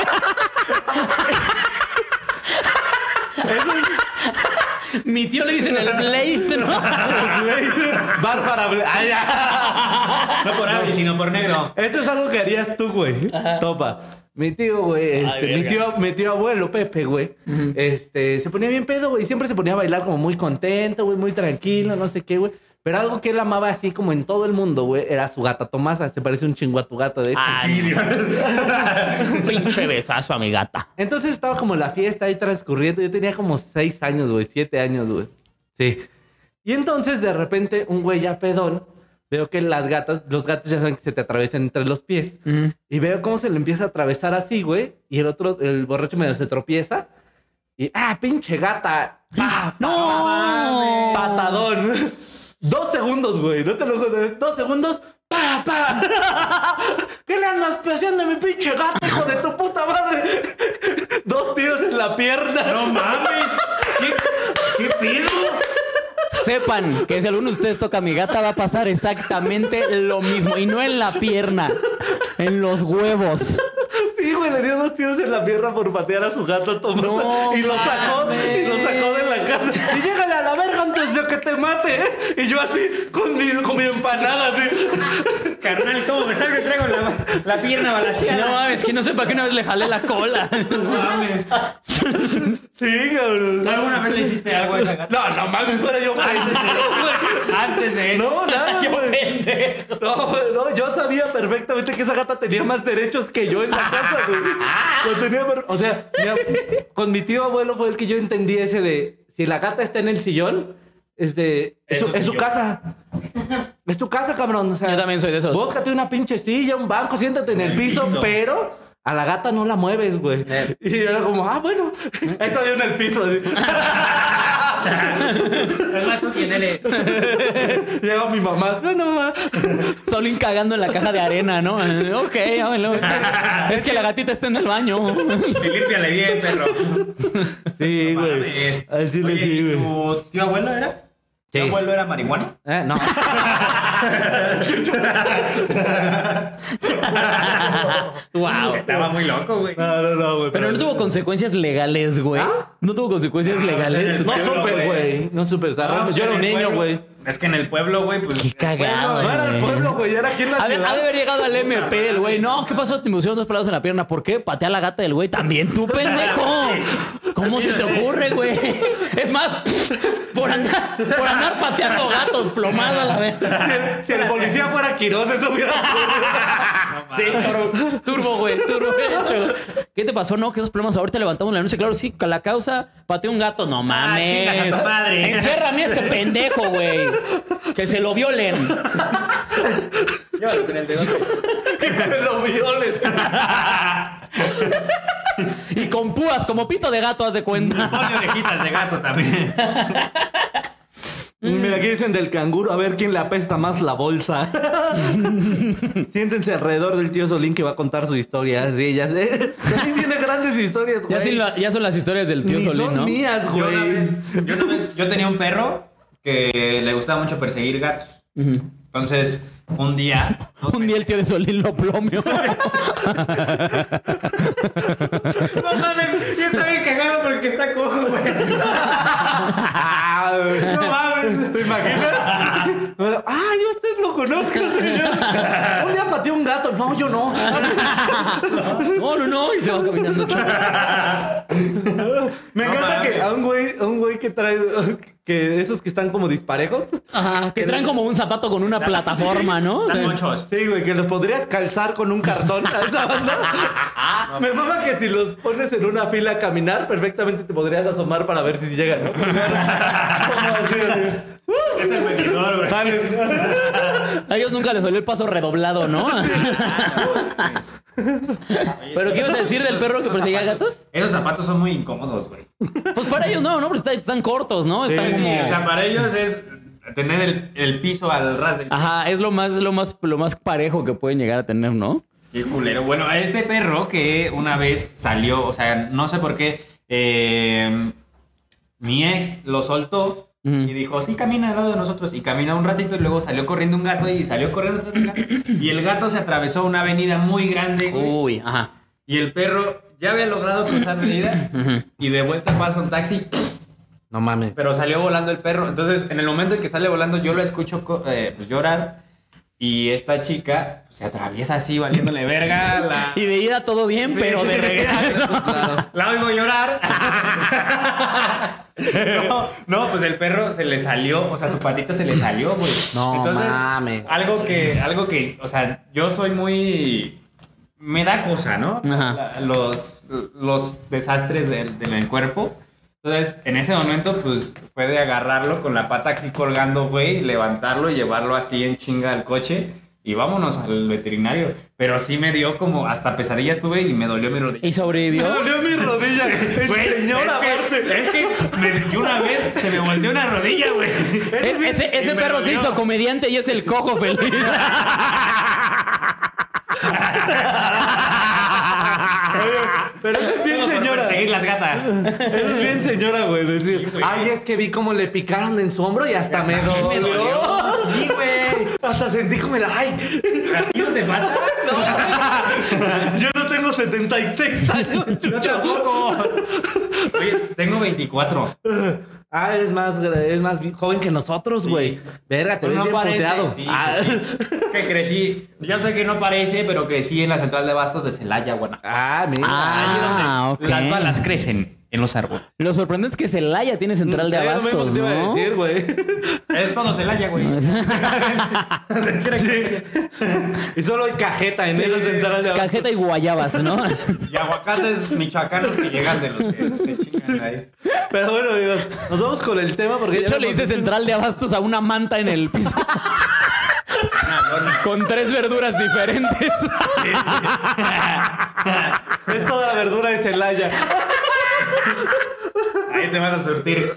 Mi tío le dicen el Blade, ¿no?
Bárbara, Bla- Ay, ya.
No por Abby, sino por negro.
Esto es algo que harías tú, güey. Topa. Mi tío, güey, este, mi,
verga.
tío, mi tío abuelo, Pepe, güey, este, se ponía bien pedo, güey, y siempre se ponía a bailar como muy contento, güey, muy tranquilo, no sé qué, güey. Pero algo que él amaba así como en todo el mundo, güey, era su gata Tomasa. Se parece un chingo a tu gata, de hecho.
Un pinche besazo a mi gata.
Entonces estaba como la fiesta ahí transcurriendo. Yo tenía como seis años, güey, siete años, güey. Sí. Y entonces de repente un güey ya pedón, veo que las gatas, los gatos ya saben que se te atraviesan entre los pies. Y veo cómo se le empieza a atravesar así, güey. Y el otro, el borracho medio se tropieza. Y, ah, pinche gata. Pa, pa,
¡No!
pa, Patadón. Dos segundos, güey. No te lo juro. Dos segundos. Pa, pa. ¿Qué le andas paseando a mi pinche gato, hijo de tu puta madre? Dos tiros en la pierna.
No mames. ¿Qué, qué pedo?
Sepan que si alguno de ustedes toca a mi gata va a pasar exactamente lo mismo. Y no en la pierna, en los huevos.
Sí, güey, le dio dos tiros en la pierna por patear a su gato Tomás.
No
y lo sacó, y lo sacó de la casa. Y llégale a la verga antes de que te mate, ¿eh? Y yo así, con mi, con mi empanada, así.
Carnal, ¿cómo me salgo? Traigo la, la pierna
No
balaseada.
mames, que no sepa que una vez le jalé la cola.
No mames.
Sí, cabrón.
¿Tú alguna vez le hiciste algo a esa gata?
No, no mames, fuera yo.
Antes de eso.
No, nada, güey. No, güey, no, yo sabía perfectamente que esa gata tenía más derechos que yo en la casa, güey. Lo tenía per- O sea, mi ab- con mi tío abuelo fue el que yo entendí ese de si la gata está en el sillón, es de. Es, su,
Eso sí
es su
yo.
casa. Es tu casa, cabrón. O sea,
Yo también soy de esos.
Búscate una pinche silla, un banco, siéntate en el,
el
piso,
piso.
pero A la gata no la mueves, güey.
Eh.
Y yo era como, ah, bueno. Ahí todavía en el piso. así.
Además, tú quién eres.
Llega mi mamá. Bueno, mamá.
Solo cagando en la caja de arena, ¿no? ok, ábrelo. Es que, es que la gatita está en el baño.
Sí, límpiale bien, perro.
Sí,
No
güey.
mames.
Al chile
Oye,
sí,
¿y
güey.
¿Tu tío abuelo era?
Sí.
¿Tu abuelo era marihuana?
Eh, no.
wow.
Estaba muy loco, güey.
No, no, no, güey.
Pero no tuvo consecuencias legales, güey.
¿Ah?
No tuvo consecuencias
en
legales.
el
No
pueblo,
supe, güey. No supe. O sea,
No,
realmente yo era un
en el
niño,
pueblo.
güey.
Es que en el pueblo, güey, pues.
Qué cagado.
No era el
güey.
pueblo, güey. Era aquí en la
Ha de
ciudad.
ha de haber llegado al MP el güey. No, ¿qué pasó? Te me pusieron dos palados en la pierna. ¿Por qué? Patea a la gata del güey. También tú, pendejo. ¿Cómo se te ocurre, güey? Es más, por andar, por andar pateando gatos, plomado a la vez.
Si el- Si el policía fuera Quiroz, eso hubiera
Sí, turbo, turbo, güey, turbo hecho. ¿Qué te pasó? No, que esos problemas. Ahorita levantamos la denuncia. Claro, sí, con la causa pateó un gato. No mames.
chingas a tu madre.
Enciérrame a este pendejo, güey. Que se lo violen.
lo violen.
Y con púas, como pito de gato, haz de cuenta.
Ponle orejitas de gato también.
Mira, aquí dicen del canguro, a ver quién le apesta más la bolsa. Siéntense alrededor del tío Solín que va a contar su historia. Sí, ya sé. Solín tiene grandes historias, güey.
Ya, sí lo- ya son las historias del tío
Ni
Solín,
son
¿no?
mías,
Yo una
güey.
vez, yo una vez- yo tenía un perro que le gustaba mucho perseguir gatos. Entonces, un día.
Un día el tío de Solín lo plomeó.
No mames, yo estaba bien cagado porque está cojo, güey. No mames.
¿Te imaginas? Bueno, ah, yo a usted lo conozco, señor. Un día pateó un gato. No, yo no.
No, no, no. Y se va caminando.
Me
No
encanta
mames.
que a un güey, a un güey que trae, que esos que están como disparejos.
Ajá, Ah, que traen como un zapato con una plataforma, ¿no?
Están muchos.
Sí, güey, que los podrías calzar con un cartón a esa banda. Me mama que si los pones en una fila a caminar, perfectamente te podrías asomar para ver si llegan, ¿no? Primero. Como así, así. Uh,
Es el vendedor, güey.
Salen.
A ellos nunca les salió el paso redoblado, ¿no? ¿Pero qué ibas a decir del perro que perseguía gatos?
Esos zapatos son muy incómodos, güey.
Pues para ellos no, ¿no? Pero están, están cortos, ¿no?
Sí,
Están
sí,
como...
o sea, para ellos es tener el, el piso al ras del
Ajá, es lo más, lo más, lo más parejo que pueden llegar a tener, ¿no?
Qué culero. Bueno, a este perro que una vez salió, o sea, no sé por qué, eh, mi ex lo soltó y dijo, sí, camina al lado de nosotros. Y camina un ratito y luego salió corriendo un gato y salió corriendo atrás del gato. Y el gato se atravesó una avenida muy grande güey,
Uy, ajá.
y el perro ya había logrado cruzar la avenida y de vuelta pasa un taxi.
No mames.
Pero salió volando el perro. Entonces, en el momento en que sale volando, yo lo escucho co- eh, pues, llorar. Y esta chica pues, se atraviesa así, valiéndole verga. La...
Y de ida todo bien, pero de regreso...
La oigo llorar. no, no, pues el perro se le salió, o sea, su patita se le salió, güey.
No
Entonces,
mames.
algo que, algo que, o sea, yo soy muy. Me da cosa, ¿no?
Ajá.
La- los, los desastres del, del cuerpo. Entonces, en ese momento, pues, fue de agarrarlo con la pata aquí colgando, güey, levantarlo y llevarlo así en chinga al coche. Y vámonos al veterinario. Pero sí me dio como hasta pesadillas tuve y me dolió mi rodilla.
Y sobrevivió.
Dolió mi rodilla.
Güey,
Señora,
es que, es que me- yo una vez se me volteó una rodilla, güey.
Es- ese ese
Y me
perro se
dolió.
hizo comediante y es el cojo feliz.
Pero eso es bien
Todo por
señora.
perseguir las gatas.
Eso es bien señora, güey. Decir,
güey.
ay, es que vi cómo le picaron en su hombro y hasta, me
a mí
dolió.
me dolió, sí, güey.
Hasta sentí como el ay.
¿A ti no te pasa?
Yo no tengo 76 años.
No, tampoco. Oye, tengo 24.
Ah, es más, es más joven que nosotros, güey. Verga, te
Pues
ves
no
bien puteado.
parece. Sí,
ah,
pues sí. Es que crecí, ya sé que no parece, pero crecí en la central de bastos de Celaya, Guanajuato.
ah, mira.
Ah,
Ahí donde
ok.
Las balas crecen en los árboles.
Lo sorprendente es que Celaya tiene central de
Era lo mismo
abastos,
que te iba a
¿no?
decir, güey.
Es todo Celaya, güey.
Y solo hay cajeta en esa central de abastos.
Cajeta y guayabas, ¿no?
Y aguacates michoacanos que llegan de los que se chingan ahí.
Pero bueno, amigos, nos vamos con el tema porque
De
ya
hecho,
me
le hice
puse-
central de abastos a una manta en el piso
Una lona.
con tres verduras diferentes.
Es toda la verdura de Celaya.
Ahí te vas a surtir.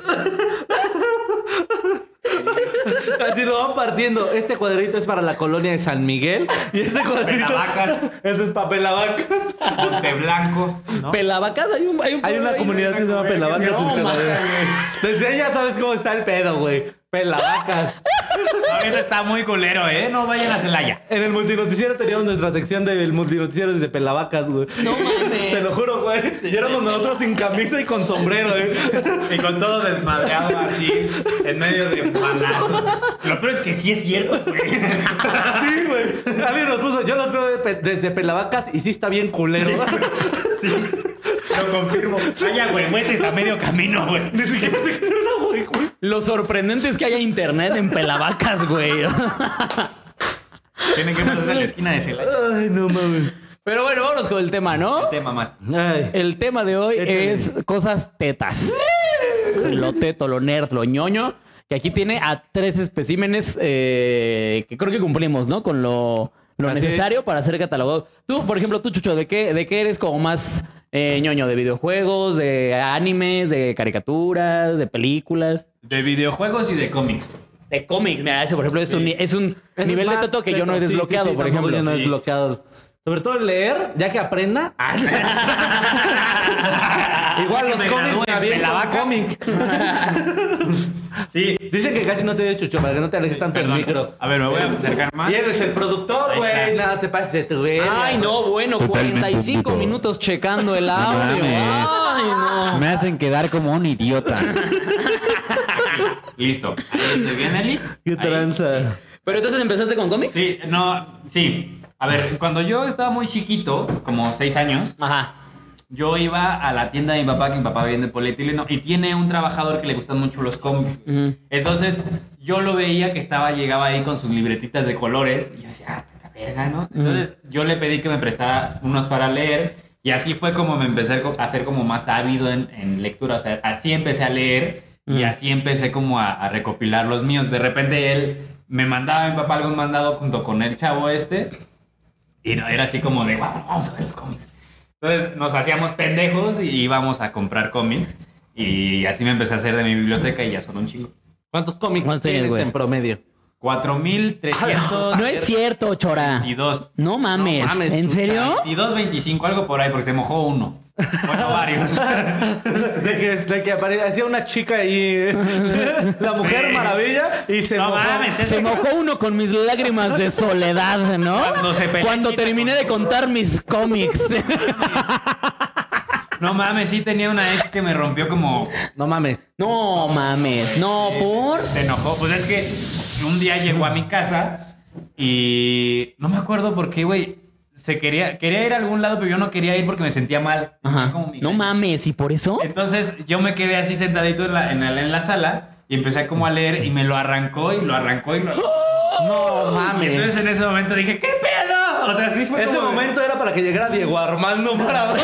Así lo van partiendo. Este cuadrito es para la colonia de San Miguel. Y este cuadrito.
Pelavacas.
Este es papel la
Monte Blanco. ¿no?
Pelavacas, hay un. Hay, un
Hay
pueblo
una
ahí.
comunidad que se llama Pelavacas en Celaya. Desde ahí ya sabes cómo está el pedo, güey. Pelavacas.
Ahorita está muy culero, ¿eh? No vayan a Celaya.
En el multinoticiero teníamos nuestra sección del multinoticiero desde Pelavacas, güey.
No mames.
Te lo juro, güey. Y éramos nosotros sin camisa y con sombrero, güey.
Y con todo desmadreado así, en medio de balazos. Lo peor es que sí es cierto, güey.
Sí, güey. Alguien nos puso, yo los veo de pe- desde Pelavacas y sí está bien culero.
Sí. Lo confirmo. Hay agüehuetes a medio camino, güey.
Ni siquiera sé qué es una güey, güey.
Lo sorprendente es que haya internet en Pelavacas, güey.
Tienen que pasar a la esquina de Celaya.
Ay, no mames.
Pero bueno, vámonos con el tema, ¿no?
Te mamaste.
Ay.
El tema de hoy
Échale.
es cosas tetas. lo teto, lo nerd, lo ñoño. Que aquí tiene a tres especímenes eh, que creo que cumplimos, ¿no? Con lo, lo
Así es.
necesario para ser catalogado. Tú, por ejemplo, tú, Chucho, ¿de qué, de qué eres como más eh, ñoño? ¿De videojuegos, de animes, de caricaturas, de películas?
De videojuegos y de cómics.
De cómics, mira, ese por ejemplo es un, es un
Eso
nivel
es
de
más
toto que yo no he
teto. Sí, sí,
desbloqueado,
sí,
por
tampoco
ejemplo.
Yo no he
sí.
desbloqueado. Sobre todo el leer, ya que aprenda. Ah. Igual los
Me
cómics me
gradué en
aviento un
Pelavacas.
cómic.
Sí.
Dicen que casi no te ves chucho, para que no te alejes tanto
Perdón.
el micro.
A ver, me voy a acercar más.
Y eres el productor,
Ahí
güey.
está.
No te pases de tu verga.
Ay, no, bueno,
Totalmente
45
puto.
minutos checando el audio.
mames.
Ay, no.
Me hacen quedar como un idiota.
Listo. Ahí estoy bien, Eli.
Qué
Ahí.
tranza.
Pero entonces empezaste con cómics.
Sí, no, sí. A ver, cuando yo estaba muy chiquito, como seis años,
Ajá.
yo iba a la tienda de mi papá, que mi papá vende polietileno, y tiene un trabajador que le gustan mucho los cómics. Entonces, yo lo veía que estaba, llegaba ahí con sus libretitas de colores, y yo decía, ah, tanta verga, ¿no? Entonces, yo le pedí que me prestara unos para leer, y así fue como me empecé co- a ser como más ávido en, en lectura, o sea, así empecé a leer, y así empecé como a, a recopilar los míos. De repente, él me mandaba, mi papá, algún mandado junto con el chavo este, y no, era así como de, "Vamos, vamos a ver los cómics. Entonces nos hacíamos pendejos y íbamos a comprar cómics. Y así me empecé a hacer de mi biblioteca y ya son un chingo.
¿Cuántos cómics
¿Cuántos tienes,
tienes
güey?
en promedio?
4.322.
No es cierto, Chora. No mames.
No mames,
¿En
chucha.
serio?
22, 25, algo por ahí, porque se mojó uno. Bueno, varios.
De que, de que apare- hacía una chica ahí. eh. la mujer
Sí.
maravilla y se
no
mojó.
mames, es
Se mojó uno con mis lágrimas de soledad, ¿no?
Cuando se pelea
Cuando
Chita
terminé de
con-
contar mis cómics.
No mames, sí tenía una ex que me rompió como.
No mames.
No mames. No, por.
Se enojó. Pues es que un día llegó a mi casa y no me acuerdo por qué, güey. Se quería, quería ir a algún lado, pero yo no quería ir porque me sentía mal.
Ajá.
Tenía como migraña.
No mames. ¿Y por eso?
Entonces yo me quedé así sentadito en la, en la, en la sala y empecé como a leer y me lo arrancó y lo arrancó y lo
No
Y entonces en ese momento dije, ¿qué pedo? O sea, sí fue
Ese
como de-
momento era para que llegara Diego Armando Maradona.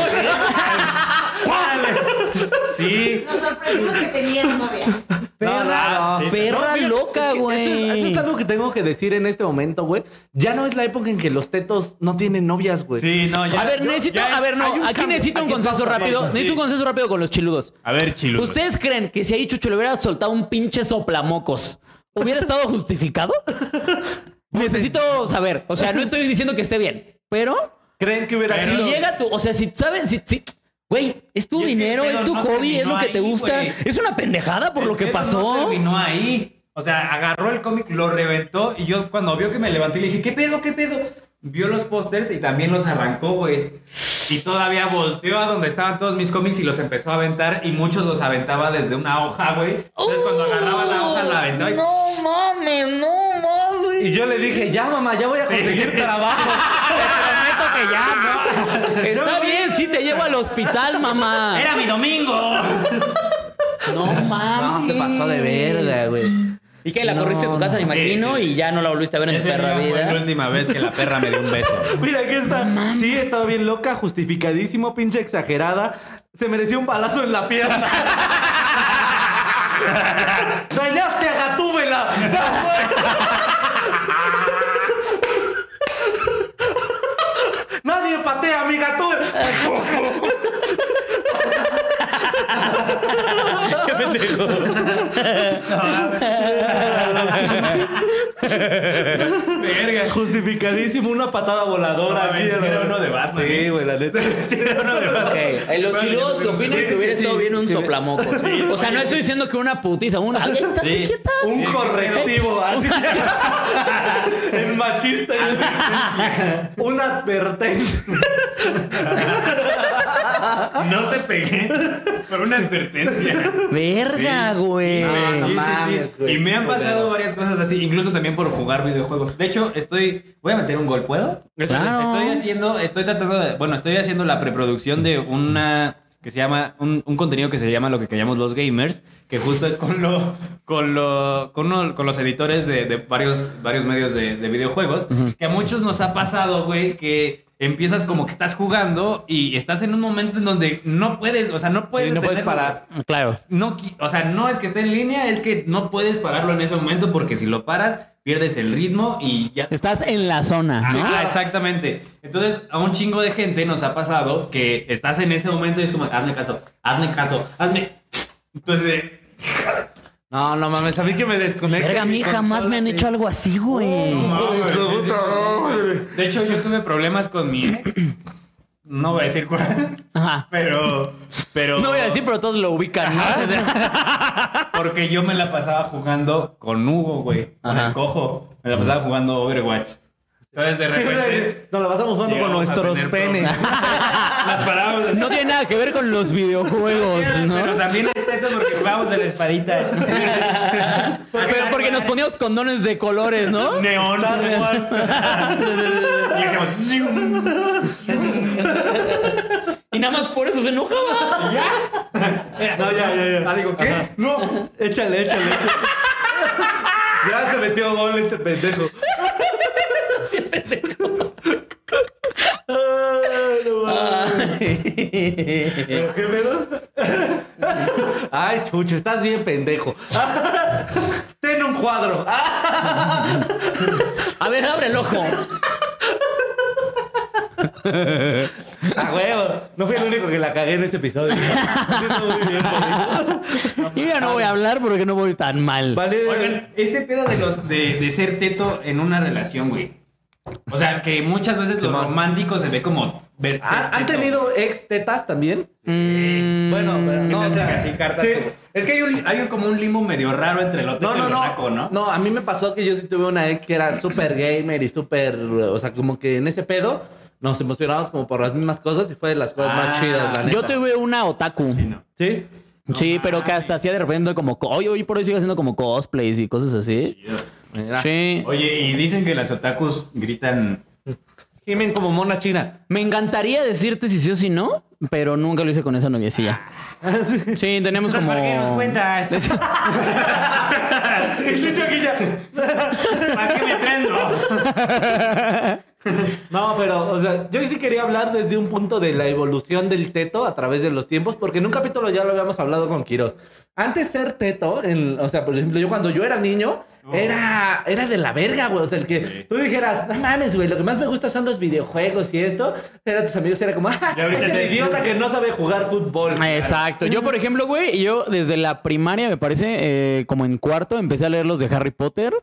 Sí.
Nos sorprendimos que tenías novia.
No,
Perra,
no.
Perra
Mira,
loca,
es que Eso, es- eso
güey.
es algo que tengo que decir en este momento, güey. Ya no es la época en que los tetos no tienen novias, güey.
Sí, no, ya.
A ver,
yo-
necesito,
ya es-
a ver,
hay un
no, aquí
cambio.
necesito un
Aquí
consenso
pasa
rápido.
eso, sí.
Necesito un consenso rápido con los chiludos.
A ver, chilo.
¿Ustedes creen que si ahí Chucho le hubiera soltado un pinche soplamocos, hubiera estado justificado? Necesito saber. O sea, no estoy diciendo que esté bien, pero
¿Creen que hubiera
pues. Pero-
si
sido?
llega tu. O sea, si sabes, si. si- Güey, es tu
Y es que el
dinero,
pedo
es tu
no
hobby, es lo
terminó
que te
ahí,
gusta.
güey.
Es una pendejada por lo que
Pero
pasó.
No terminó ahí. O sea, agarró el cómic, lo reventó y yo cuando vio que me levanté le dije, ¿qué pedo, qué pedo? Vio los pósters y también los arrancó, güey. Y todavía volteó a donde estaban todos mis cómics y los empezó a aventar y muchos los aventaba desde una hoja, güey. Entonces cuando agarraba la hoja la
Oh,
aventaba y...
mames, no mames.
Y yo le dije, ya, mamá, ya voy a conseguir trabajo.
Está bien, sí te llevo al hospital, mamá.
¡Era mi domingo!
No mames.
No, se pasó de verga, güey.
Y que la
No,
corriste a tu casa, me
no.
imagino,
Sí, sí, sí.
y ya no la volviste a ver en tu
Ese
perra
día fue la
vida.
última vez que la perra me dio un beso.
Mira, aquí está. Sí, estaba bien loca, justificadísimo, pinche exagerada. Se mereció un balazo en la pierna. ¡Dañaste a Gatúbela! ¡Nadie patea a mi Gatúbela!
pendejo.
Verga.
Justificadísimo, una patada voladora.
No,
aquí,
mames,
a la
era
verga.
uno de Batman,
Sí,
eh.
güey, la neta.
Sí, era uno de Batman.
Eh, Los
Vale,
chiludos
pero-
opinan que hubiera estado bien un soplamocos. O sea, no estoy diciendo que una putiza, una. Ay,
Sí.
¿Qué tal?
Un correctivo. así. El machista. Una advertencia.
No te pegué. Fue una advertencia.
Verga, güey.
Ah,
no
sí, sí,
mames,
sí.
güey,
Y me han pasado varias cosas así, incluso también por jugar videojuegos. De hecho, estoy. Voy a meter un gol, ¿puedo?
Claro.
Estoy haciendo, estoy tratando de. Bueno, estoy haciendo la preproducción de una. que se llama. un, un contenido que se llama lo que callamos los gamers. Que justo es con lo. con lo. con, uno- con los editores de, de varios, varios medios de, de videojuegos. Que a muchos nos ha pasado, güey, que. Empiezas como que estás jugando y estás en un momento en donde no puedes, o sea, no puedes,
Sí, no puedes
detenerlo,
parar.
güey
Claro.
no, qui- o sea, no es que esté en línea, es que no puedes pararlo en ese momento porque si lo paras, pierdes el ritmo y ya.
Estás en la
Ah,
zona, ¿no?
Ajá, Ah, exactamente. Entonces, a un chingo de gente nos ha pasado que estás en ese momento y es como, hazme caso, hazme caso, hazme. Entonces, eh,
No, no mames, Pues a mí que me desconecte.
Verga, a mí jamás me han hecho algo así, güey.
mames, de hecho, yo tuve problemas con mi ex. No voy a decir cuál,
Ajá.
pero. pero
No voy a decir, pero todos lo ubican, ¿no?
Porque yo me la pasaba jugando con Hugo, güey. Con
Ajá.
el cojo. Me la pasaba jugando Overwatch. Entonces de repente.
Nos la pasamos jugando con
llegamos a
nuestros
tener
penes.
problemas. Las parábolas.
No tiene nada que ver con los videojuegos,
Pero
¿no?
también es teto porque jugábamos a la espadita.
Pero porque nos poníamos condones de colores, ¿no?
Neón. y hacíamos.
Y nada más por eso se enojaba.
No, ya, ya, ya. Ah, digo, ¿qué? No. Échale, échale, échale. ya se metió gol este pendejo. Ay, no mames. ¿Qué pedo? Ay, Chucho, estás bien pendejo. Ten un cuadro.
A ver, abre el ojo.
Ah, huevo. No fui el único que la cagué en este episodio. Me siento muy bien, pendejo.
Yo ya no voy a hablar porque no voy tan mal.
Vale.
Oigan, este pedo de, los, de, de ser teto en una relación, güey. O sea, que muchas veces lo romántico se Ah, ve como. ver- ser
Ah, ¿Han, han
teto.
tenido ex tetas también?
Mm.
Bueno, pero no, o sea,
Así, cartas
sí.
como- Es que hay, un, hay un- como un limo medio raro entre el otro
No,
y
no,
el
no.
naco, ¿no?
No, a mí me pasó que yo sí tuve una ex que era súper gamer y súper. O sea, como que en ese pedo nos emocionábamos como por las mismas cosas y fue de las cosas
Ah.
más chidas, la neta.
Yo tuve una otaku.
Sí.
Sí, pero que hasta hacía de repente como... co- Oye, oye, por hoy sigo haciendo como cosplays y cosas así.
Mira.
Sí.
Oye, y dicen que las otakus gritan.
Gimen como mona china.
Me encantaría decirte si sí o si no, pero nunca lo hice con esa noviecilla. Sí,
Pues,
tenemos como...
cuentas? Chucho Guilla. ¿Para qué me prendo?
No, pero, o sea, yo sí quería hablar desde un punto de la evolución del teto a través de los tiempos, porque en un capítulo ya lo habíamos hablado con Quirós. Antes ser teto, en- o sea, por ejemplo, yo cuando yo era niño,
Oh.
era, era de la verga, güey. O sea, el que tú dijeras, no mames, güey, lo que más me gusta son los videojuegos y esto. Era tus amigos, era como, ah,
Y ahorita
es el
sí.
idiota que no sabe jugar fútbol.
Ah, Exacto. Yo, por ejemplo, güey, yo desde la primaria, me parece, eh, como en cuarto, empecé a leer los de Harry Potter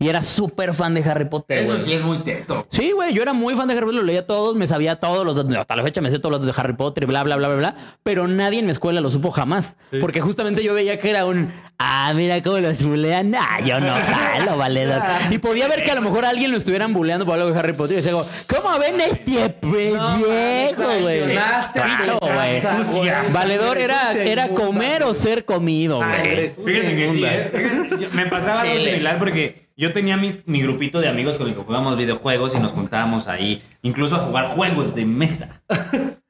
y era súper fan de Harry Potter.
Eso
güey.
sí es muy teto.
Sí, güey, yo era muy fan de Harry Potter, lo leía todos, me sabía todos los hasta la fecha me sé todos los de Harry Potter, y bla, bla, bla, bla, bla, pero nadie en mi escuela lo supo jamás, porque justamente yo veía que era un, ah, mira cómo los bulean, ah, yo no jalo, valedor. Y podía ver que a lo mejor a alguien lo estuvieran buleando por algo de Harry Potter y decía, como, ¿cómo ven este pellejo, güey?
traicionaste a tu
Bicho, güey.
casa,
Sucia.
güey.
Valedor era,
Sucia
era
inmunda,
comer o ser comido,
Sangre
güey.
sucia
Fíjate que sí,
inmunda.
¿eh? Fíjate, Me pasaba algo
Chile.
similar porque yo tenía mis- mi grupito de amigos con el que jugábamos videojuegos y nos juntábamos ahí, incluso a jugar juegos de mesa.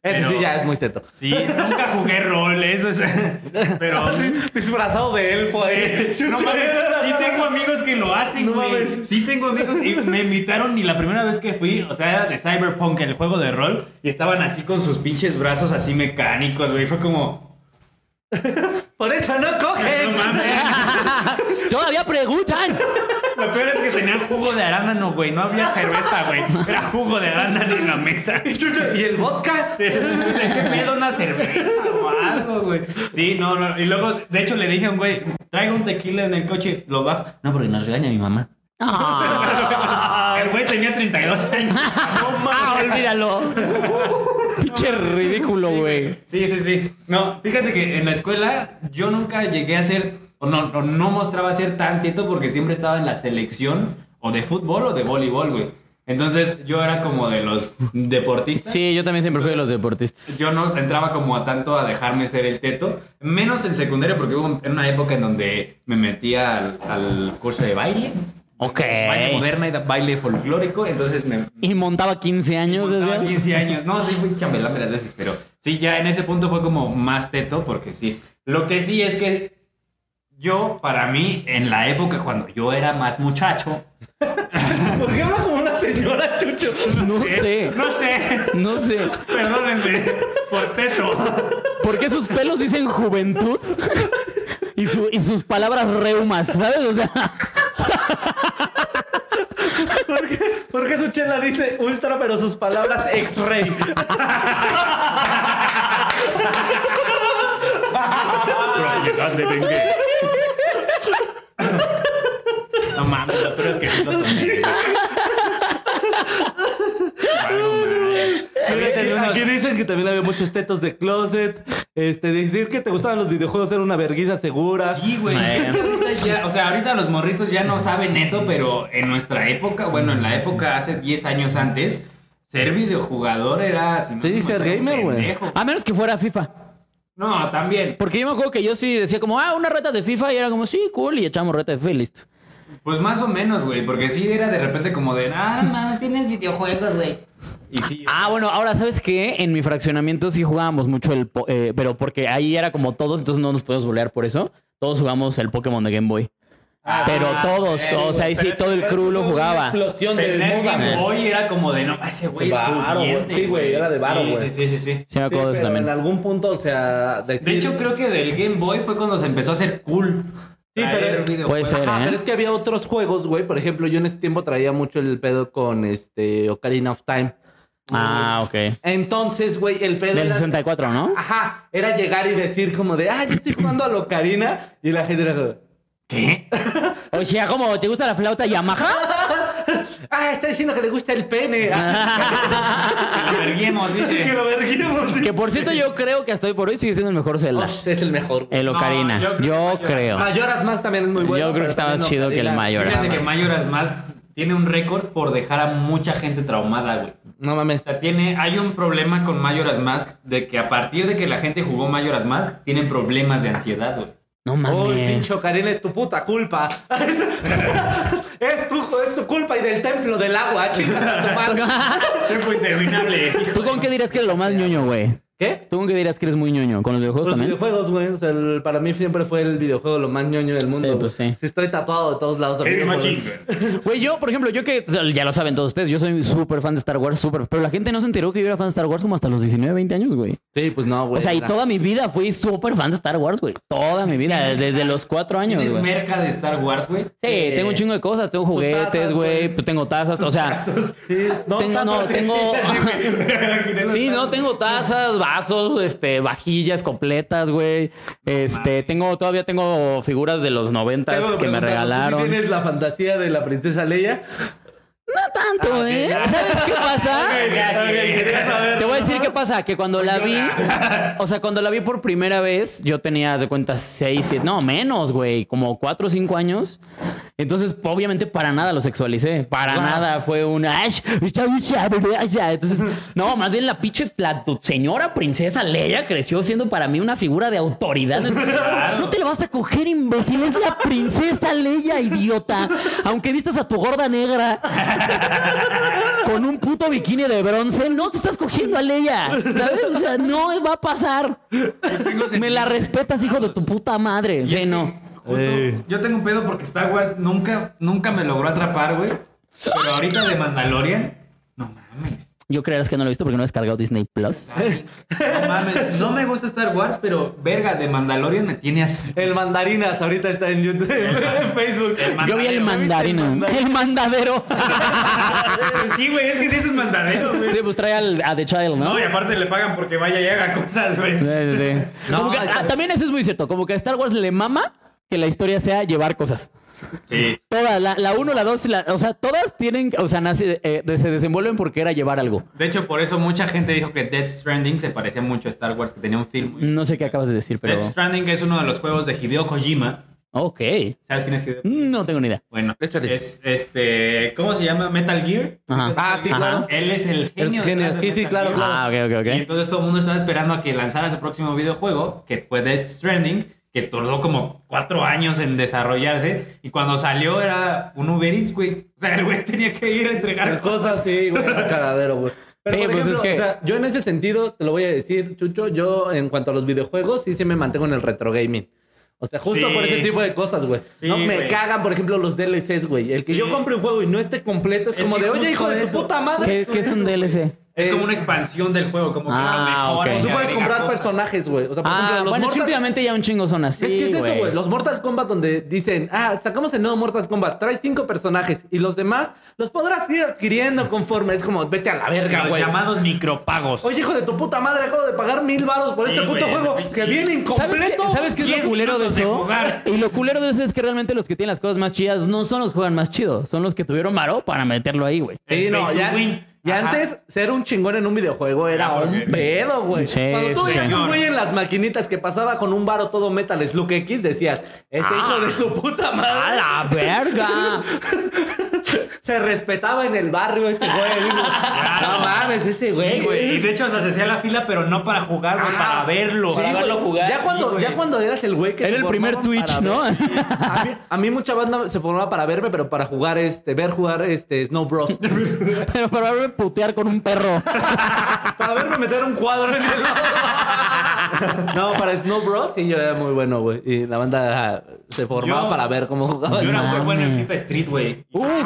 Ese sí
Pero-
ya es muy teto.
Sí, nunca jugué rol, eso es. Pero.
Disfrazado de elfo, eh.
No mames, sí tengo amigos que lo hacen,
No
güey.
mames.
Sí tengo amigos y me invitaron y la primera vez que fui, o sea, era de Cyberpunk, el juego de rol, y estaban así con sus pinches brazos así mecánicos, güey. Fue como,
Por eso no cogen.
no mames.
Todavía preguntan.
Lo peor es que tenían jugo de arándano, güey. No había cerveza, güey. Era jugo de arándano en la mesa.
¿Y el vodka?
Sí, ¿Qué pedo una cerveza o algo, güey? Sí, no, no. Y luego, de hecho, le dije a un güey, traigo un tequila en el coche, lo bajo.
No, porque nos regaña mi mamá.
El güey tenía 32 años. No
Ah,
mames.
olvídalo. Pinche ridículo, güey.
Sí, sí, sí. No, fíjate que en la escuela yo nunca llegué a ser, o no, no, no mostraba ser tan tieto porque siempre estaba en la selección o de fútbol o de voleibol, güey. Entonces yo era como de los deportistas.
Sí, yo también siempre fui de los deportistas.
Yo no entraba como a tanto a dejarme ser el teto, menos en secundaria porque hubo en una época en donde me metía al, al curso de baile.
Ok.
Baile moderna y da- baile folclórico, entonces me,
Y montaba 15 años.
Contaba
¿decías?
15 años. No, sí, fui chambelán varias veces, pero sí, ya en ese punto fue como más teto, porque sí. Lo que sí es que yo, para mí, en la época cuando yo era más muchacho.
¿Por qué habla como una señora, Chucho?
No sé.
No sé.
No sé.
Perdónenme por teto.
¿Por qué sus pelos dicen juventud? Y, su- y sus palabras reumas, ¿sabes? O sea,
Porque su chela dice ultra, pero sus palabras ex-rey.
No mames, lo peor es que sí lo tomé.
Aquí, aquí dicen que también había muchos tetos de closet. Este, decir que te gustaban los videojuegos era una verguiza segura.
Sí, güey. Ahorita ya- o sea, ahorita los morritos ya no saben eso, pero en nuestra época, bueno, en la época hace 10 años antes, ser videojugador era... sinónimo de
ser gamer,
un
güey.
pendejo.
a menos que fuera FIFA.
No, también.
Porque yo me acuerdo que yo sí decía como, ah, unas retas de FIFA y era como, sí, cool, y echamos retas de FIFA y listo.
Pues más o menos, güey, porque sí era de repente como de... Ah, mames, tienes videojuegos, güey. Y sí.
Ah, bueno, ahora, ¿sabes qué? En mi fraccionamiento sí jugábamos mucho el... po- eh, pero porque ahí era como todos, entonces no nos podíamos bolear por eso. Todos jugamos el Pokémon de Game Boy.
Ah,
pero todos,
bueno,
o sea, ahí
pero
sí
es que
todo el crew lo jugaba.
Explosión de
Tener
moda,
Game
güey.
Boy era como de... No, ese güey es
varo, güey.
pudiente,
Sí, güey, era de varo,
Sí,
güey.
Sí, sí, sí, sí.
Sí, me acuerdo de
Sí,
eso
pero
también.
En algún punto, o sea, decir-
De hecho, creo que del Game Boy fue cuando se empezó a hacer cool.
Sí, pero-
Traer
Puede
videojuegos.
ser,
Ajá,
¿eh?
pero es que había otros juegos, güey. Por ejemplo, yo en ese tiempo traía mucho el pedo con este Ocarina of Time.
Ah, ok.
Entonces, güey, el pedo
Del
era-
64, ¿no?
Ajá, era llegar y decir como de, ah, yo estoy jugando a la Ocarina. Y la gente era como,
¿Qué?
O sea, como, ¿te gusta la flauta Yamaha?
ah, está diciendo que le gusta el pene.
Que lo verguemos, dice.
que lo verguemos.
Que por cierto, yo creo que hasta hoy por hoy sigue siendo el mejor Zelda.
Osh, es el mejor. güey.
El Ocarina.
yo creo que
yo
Mayoras-
creo.
Mayoras más también es muy bueno.
Yo creo
pero
que está
también
más chido que el
Ocarina.
Mayor.
Fíjate
Lloraba.
que Mayoras más tiene un récord por dejar a mucha gente traumada, güey.
No mames.
O sea, tiene, hay un problema con Mayoras Mask de que a partir de que la gente jugó Mayoras Mask, tienen problemas de ansiedad, güey.
No
Uy,
mames.
pinche Ocarina, es tu puta culpa. es, tu, es tu culpa y del templo del agua, chinga tu madre.
Tiempo interminable.
¿Tú con qué dirías que eres lo más ñoño, güey?
¿Qué?
¿Tú con qué dirías que eres muy ñoño? ¿Con los videojuegos
Los
también?
videojuegos, güey. O sea, el- para mí siempre fue el videojuego lo más ñoño del mundo.
Sí, pues
güey.
sí.
Estoy tatuado de todos lados. de videojuegos.
Güey, yo, por ejemplo, yo que o sea, ya lo saben todos ustedes, yo soy súper fan de Star Wars, súper. Pero la gente no se enteró que yo era fan de Star Wars como hasta los 19, 20 años, güey.
Sí, pues no, güey.
O sea, y
la-
toda mi vida fui súper fan de Star Wars, güey. Toda mi vida, desde los cuatro años,
¿Tienes
güey.
merca de Star Wars, güey?
Sí, tengo un chingo de cosas, tengo
Sus tazas,
juguetes,
güey.
güey, pues tengo tazas, o sea,
Sí, no,
tengo-
tazas,
no,
sí,
tengo-
sí, sí, sí.
Sí, no, tengo tazas, vasos, este, vajillas completas, güey. Este, tengo, todavía tengo figuras de los
Tengo
noventas que me
preguntar, ¿tú sí
regalaron.
¿Tienes la fantasía de la princesa Leia?
No
Ah,
tanto, ¿eh? ¿Sabes qué pasa? Te voy a decir qué pasa, que cuando la vi, o sea, cuando la vi por primera vez, yo tenía haz de cuenta seis, siete, no, menos, güey, como cuatro o cinco años. Entonces, obviamente, para nada lo sexualicé, para nada fue un, "Ay, está bien chévere, ay, ya". entonces, no, más bien la pinche, la tu señora princesa Leia creció siendo para mí una figura de autoridad. Es- No te la vas a coger, imbécil, es la princesa Leia, idiota, aunque vistas a tu gorda negra con un puto bikini de bronce, no te estás cogiendo a Leia, ¿sabes? O sea, no va a pasar. Me la respetas, hijo de tu puta madre. Sí, no.
Justo, yo tengo un pedo porque Star Wars nunca, nunca me logró atrapar, güey. Pero ahorita de Mandalorian, no mames.
Yo creerás que no lo he visto porque no he descargado Disney Plus.
No mames, no me gusta Star Wars, pero verga, de Mandalorian me tiene así.
El mandarinas ahorita está en YouTube, en Facebook.
Yo vi el mandarino. El mandadero.
Pues Sí, güey, es que sí es un mandadero, güey.
Sí, pues trae al, a The Child, ¿no?
No, y aparte le pagan porque vaya y haga cosas, güey.
Sí, sí, sí. Como que- ah, también eso es muy cierto. Como que a Star Wars le mama que la historia sea llevar cosas.
Sí.
Todas, la, la uno, la dos, la- o sea, todas tienen, o sea, nace, eh, de- se desenvuelven porque era llevar algo.
De hecho, por eso mucha gente dijo que Death Stranding se parecía mucho a Star Wars, que tenía un film. güey.
No sé qué acabas de decir, pero.
Death Stranding es uno de los juegos de Hideo Kojima.
Ok.
¿Sabes quién es Hideo?
No tengo ni idea.
Bueno,
Échale.
es este, ¿cómo se llama? Metal Gear.
Ajá.
Ah, sí, claro.
Él es el genio.
El genio,
detrás de
sí, sí,
Metal
claro,
Gear.
claro.
Ah, ok, ok,
Y
ok.
entonces todo el mundo estaba esperando a que lanzara su próximo videojuego, que fue Death Stranding, que tardó como cuatro años en desarrollarse. Y cuando salió era un Uber Eats, güey. O sea, el güey tenía que ir a entregar
Las
cosas.
cosas, sí, güey, era cagadero, güey. Pero,
Sí,
por
pues,
ejemplo,
es que-
o sea, yo en ese sentido, te lo voy a decir, Chucho, yo en cuanto a los videojuegos, sí, sí me mantengo en el retro gaming. O sea, justo
Sí.
por ese tipo de cosas, güey.
Sí,
no me
güey.
cagan, por ejemplo, los DLCs, güey. El que
Sí.
yo compre un juego y no esté completo es,
Es
como
que
de, oye,
justo
hijo de tu
eso.
puta madre.
¿Qué, qué es un DLC?
Es
Eh,
como una expansión del juego, como que
Ah,
lo mejor.
ok.
y
Tú
le
puedes
agrega
comprar
cosas.
personajes, güey. O sea, por ejemplo,
Ah,
los
bueno, es que
Mortal-
últimamente ya un chingo son así.
Es que es eso, güey. Los Mortal Kombat donde dicen, ah, sacamos el nuevo Mortal Kombat, traes cinco personajes y los demás los podrás ir adquiriendo conforme. Es como, vete a la verga,
Los
güey.
llamados micropagos.
Oye, hijo de tu puta madre, acabo de pagar mil baros por
Sí,
este puto
güey,
juego
sí.
que viene
¿Sabes qué,
incompleto.
¿Sabes qué es lo
10
culero de
minutos de
eso?
jugar.
y lo culero de eso es que realmente los que tienen las cosas más chidas no son los que juegan más chido, son los que tuvieron varo para meterlo ahí, güey.
Sí,
El
no,
pay to
ya,
win.
ya
Ajá.
antes ser un chingón en un videojuego era
Ah,
un
porque-
pedo, güey.
Sí,
Cuando tú
sí,
veías un
señor.
güey en las maquinitas que pasaba con un varo todo metal, Slug X, decías, ese
Ah.
hijo de su puta madre
¡A la verga!
se respetaba en el barrio ese güey. digo, No mames, ese
Sí,
güey.
güey. Y de hecho, o sea, se hacía la fila, pero no para jugar, güey, para verlo.
para
Sí,
verlo
güey.
jugar,
Ya,
sí,
cuando,
güey.
ya cuando eras el güey que
Era
se
el primer
formaban
Twitch,
para
¿no?
ver- A mí, a mí mucha banda se formaba para verme, pero para jugar este, ver jugar este Snow Bros.
Pero para verme putear con un perro.
para verme meter un cuadro en el lodo. No, para Snow Bros. Y yo era muy bueno, güey. Y la banda ajá, se formaba
Yo-
para ver cómo jugaba.
Yo era muy
Mames.
bueno en FIFA Street, güey.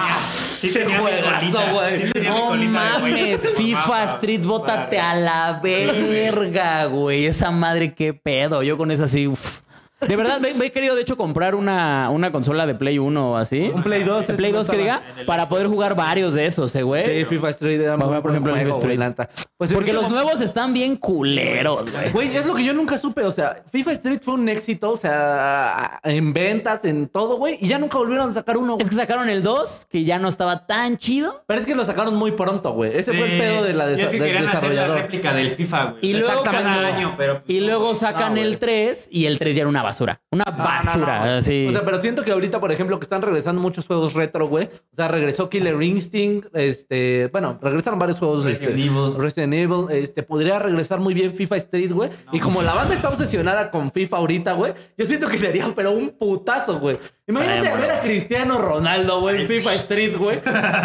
Sí tenía mi
juegazo,
colita,
güey.
sí tenía mi
No
colita de güey.
mames, FIFA Street, bótate a la verga, güey. Esa madre, qué pedo. Yo con esa así, uf. De verdad, me, me he querido, de hecho, comprar una, una consola de Play 1 o así.
Un Play 2,
De Play 2 que diga, para poder jugar varios de esos, eh, güey.
Sí, FIFA Street era muy
Por
buen
ejemplo, el
juego,
FIFA
güey,
Street.
la neta. Pues,
Porque
en
los
ese
nuevos están bien culeros, güey.
Güey, es lo que yo nunca supe. O sea, FIFA Street fue un éxito, o sea, en ventas, en todo, güey. Y ya nunca volvieron a sacar uno. güey.
Es que sacaron el 2, que ya no estaba tan chido.
Pero es que lo sacaron muy pronto, güey. Ese
Sí.
fue el pedo de la
Y es
desa-
que
del
querían hacer la
desarrollador.
réplica del FIFA, güey.
Y luego,
Exactamente.
cada- pues,
Cada año, pero...
y luego
no,
sacan
güey.
el 3 y el 3 ya era una basura. Una Ah, basura, así.
O sea, pero siento que ahorita, por ejemplo, que están regresando muchos juegos retro, güey. O sea, regresó Killer Instinct, este, bueno, regresaron varios juegos.
Resident
este,
Evil.
Resident Evil, este, podría regresar muy bien FIFA Street, güey. Y como la banda está obsesionada con FIFA ahorita, güey, yo siento que sería, pero un putazo, güey. Imagínate ver a Cristiano Ronaldo, güey, en FIFA Street, güey.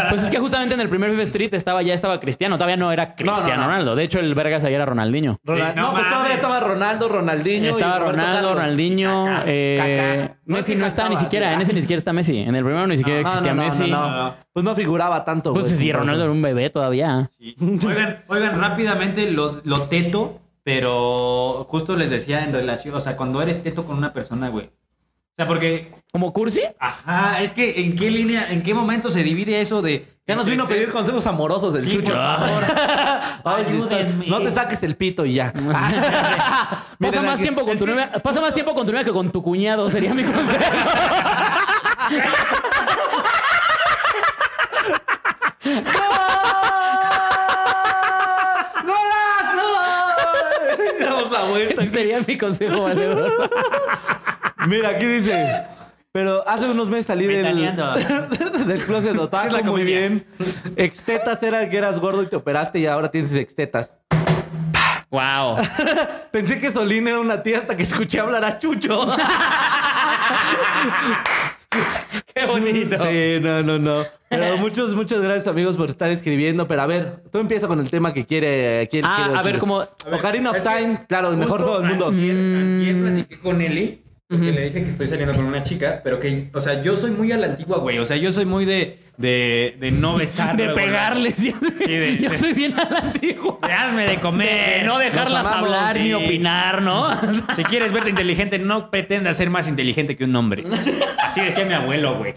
Pues es que justamente en el primer FIFA Street estaba ya estaba Cristiano, todavía no era Cristiano
no, no.
Ronaldo. De hecho, el Vergas ahí era Ronaldinho.
Ronald-
no
no, pues todavía
mames.
estaba Ronaldo, Ronaldinho. y
estaba
Roberto
Ronaldo,
Carlos.
Ronaldinho, eh,
Kaká.
Messi
Messi
no estaba ni
faltaba,
siquiera,
sí.
en ese ni siquiera está Messi. En el primero ni siquiera
No, no,
existía
no,
Messi.
no, no. Pues no figuraba tanto,
Pues
güey.
sí, Ronaldo era un bebé todavía.
Sí. Oigan, oigan, rápidamente lo, lo teto, pero justo les decía en relación, o sea, cuando eres teto con una persona, güey. O sea, porque,
¿Como Cursi?
ajá, es que en qué línea, en qué momento se divide eso de...
Ya nos vino a
entre
pedir consejos amorosos del
Sí,
chucho.
por favor.
Ay,
Ayúdenme.
No te saques el pito y ya.
Pasa
Miren,
más,
aquí-
tiempo con tu novia, pasa más tiempo con tu novia que con tu cuñado, sería mi consejo.
¡Golazo! Damos la vuelta.
Ese sería mi consejo, valedor.
Mira, aquí dice. Pero hace unos meses salí del,
Ventaneando.
del closet otaku
Así es la
muy
comedia.
bien. Extetas era que eras gordo y te operaste y ahora tienes extetas.
Wow.
Pensé que Solín era una tía hasta que escuché hablar a Chucho.
Qué bonito.
Sí, no, no, no. Pero muchos, muchas gracias, amigos, por estar escribiendo. Pero a ver, tú empieza con el tema que quiere aquí el
Ah,
querido
a ver,
Chucho.
como-
Ocarina of Time, claro, el mejor
Justo
juego del mundo.
Mm. Antier, antier platiqué con Eli Porque le dije que estoy saliendo con una chica, pero que, o sea, yo soy muy a la antigua, güey. O sea, yo soy muy de, de, de Ah, no besar.
De
luego,
pegarles.
luego. Sí, de-
Yo
de-
soy bien al antiguo.
de hazme de comer.
De no dejarlas
Nos amamos,
hablar
sí.
ni opinar, ¿no?
Si quieres verte inteligente, no pretendas ser más inteligente que un hombre. Así decía mi abuelo, güey.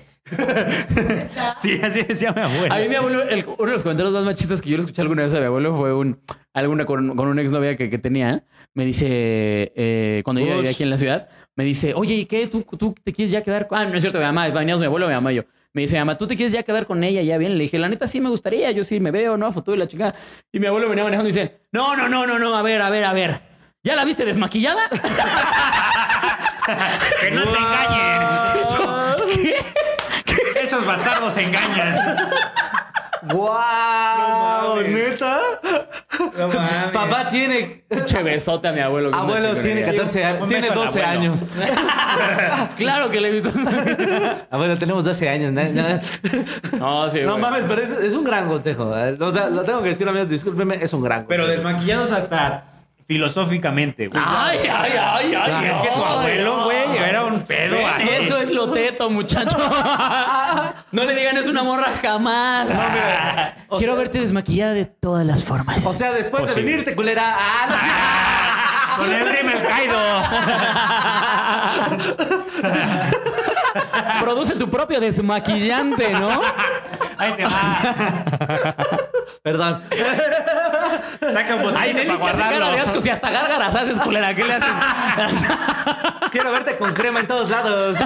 Sí, así decía mi abuelo.
A mí mi abuelo, el- uno de los comentarios más machistas que yo le escuché alguna vez a mi abuelo fue un, alguna con, con una exnovia que, que tenía. Me dice, eh, cuando yo vivía aquí en la ciudad, me dice, oye, ¿y qué? ¿Tú, tú te quieres ya quedar con...? Ah, no es cierto, mi mamá, veníamos mi abuelo, mi mamá y yo. Me dice, mamá, ¿tú te quieres ya quedar con ella? Ya bien. Le dije, la neta sí me gustaría, yo sí me veo, ¿no? A futuro y la chingada. Y mi abuelo venía manejando y dice, no, no, no, no, no, a ver, a ver, a ver. ¿Ya la viste desmaquillada?
que no te engañen. Esos bastardos engañan.
¡Wow!
mames.
¿Neta?
No mames.
Papá tiene.
Pinche besote a mi abuelo. que es una
Abuelo tiene
chingonería.
14 años.
un
Tiene
beso al
12
abuelo.
años.
Claro que le he visto.
Abuelo, Ah, tenemos 12 años. na- na-
No, sí,
No
güey.
mames, pero es, es un gran consejo. eh. Lo, lo tengo que decir, amigos, discúlpenme, es un gran
Pero
consejo.
desmaquillados hasta filosóficamente, güey.
Ay, ay, ay, ay.
Y Ah, es que tu
ay,
abuelo,
ay.
güey, era un pedo
Ven,
así.
Eso es lo teto, muchacho.
No le digan es una morra jamás. Quiero verte desmaquillada de todas las formas.
O sea, después
Posibles.
de venirte, culera. ¡Ah!
Con el rímel caído.
Produce tu propio desmaquillante, ¿no?
Ahí te va.
no! Perdón.
Saca un
Ay,
botín
Nelly,
para
que hace cara de
guardarlo.
asco. Si hasta gárgaras haces, culera, ¿qué le haces?
Quiero verte con crema en todos lados.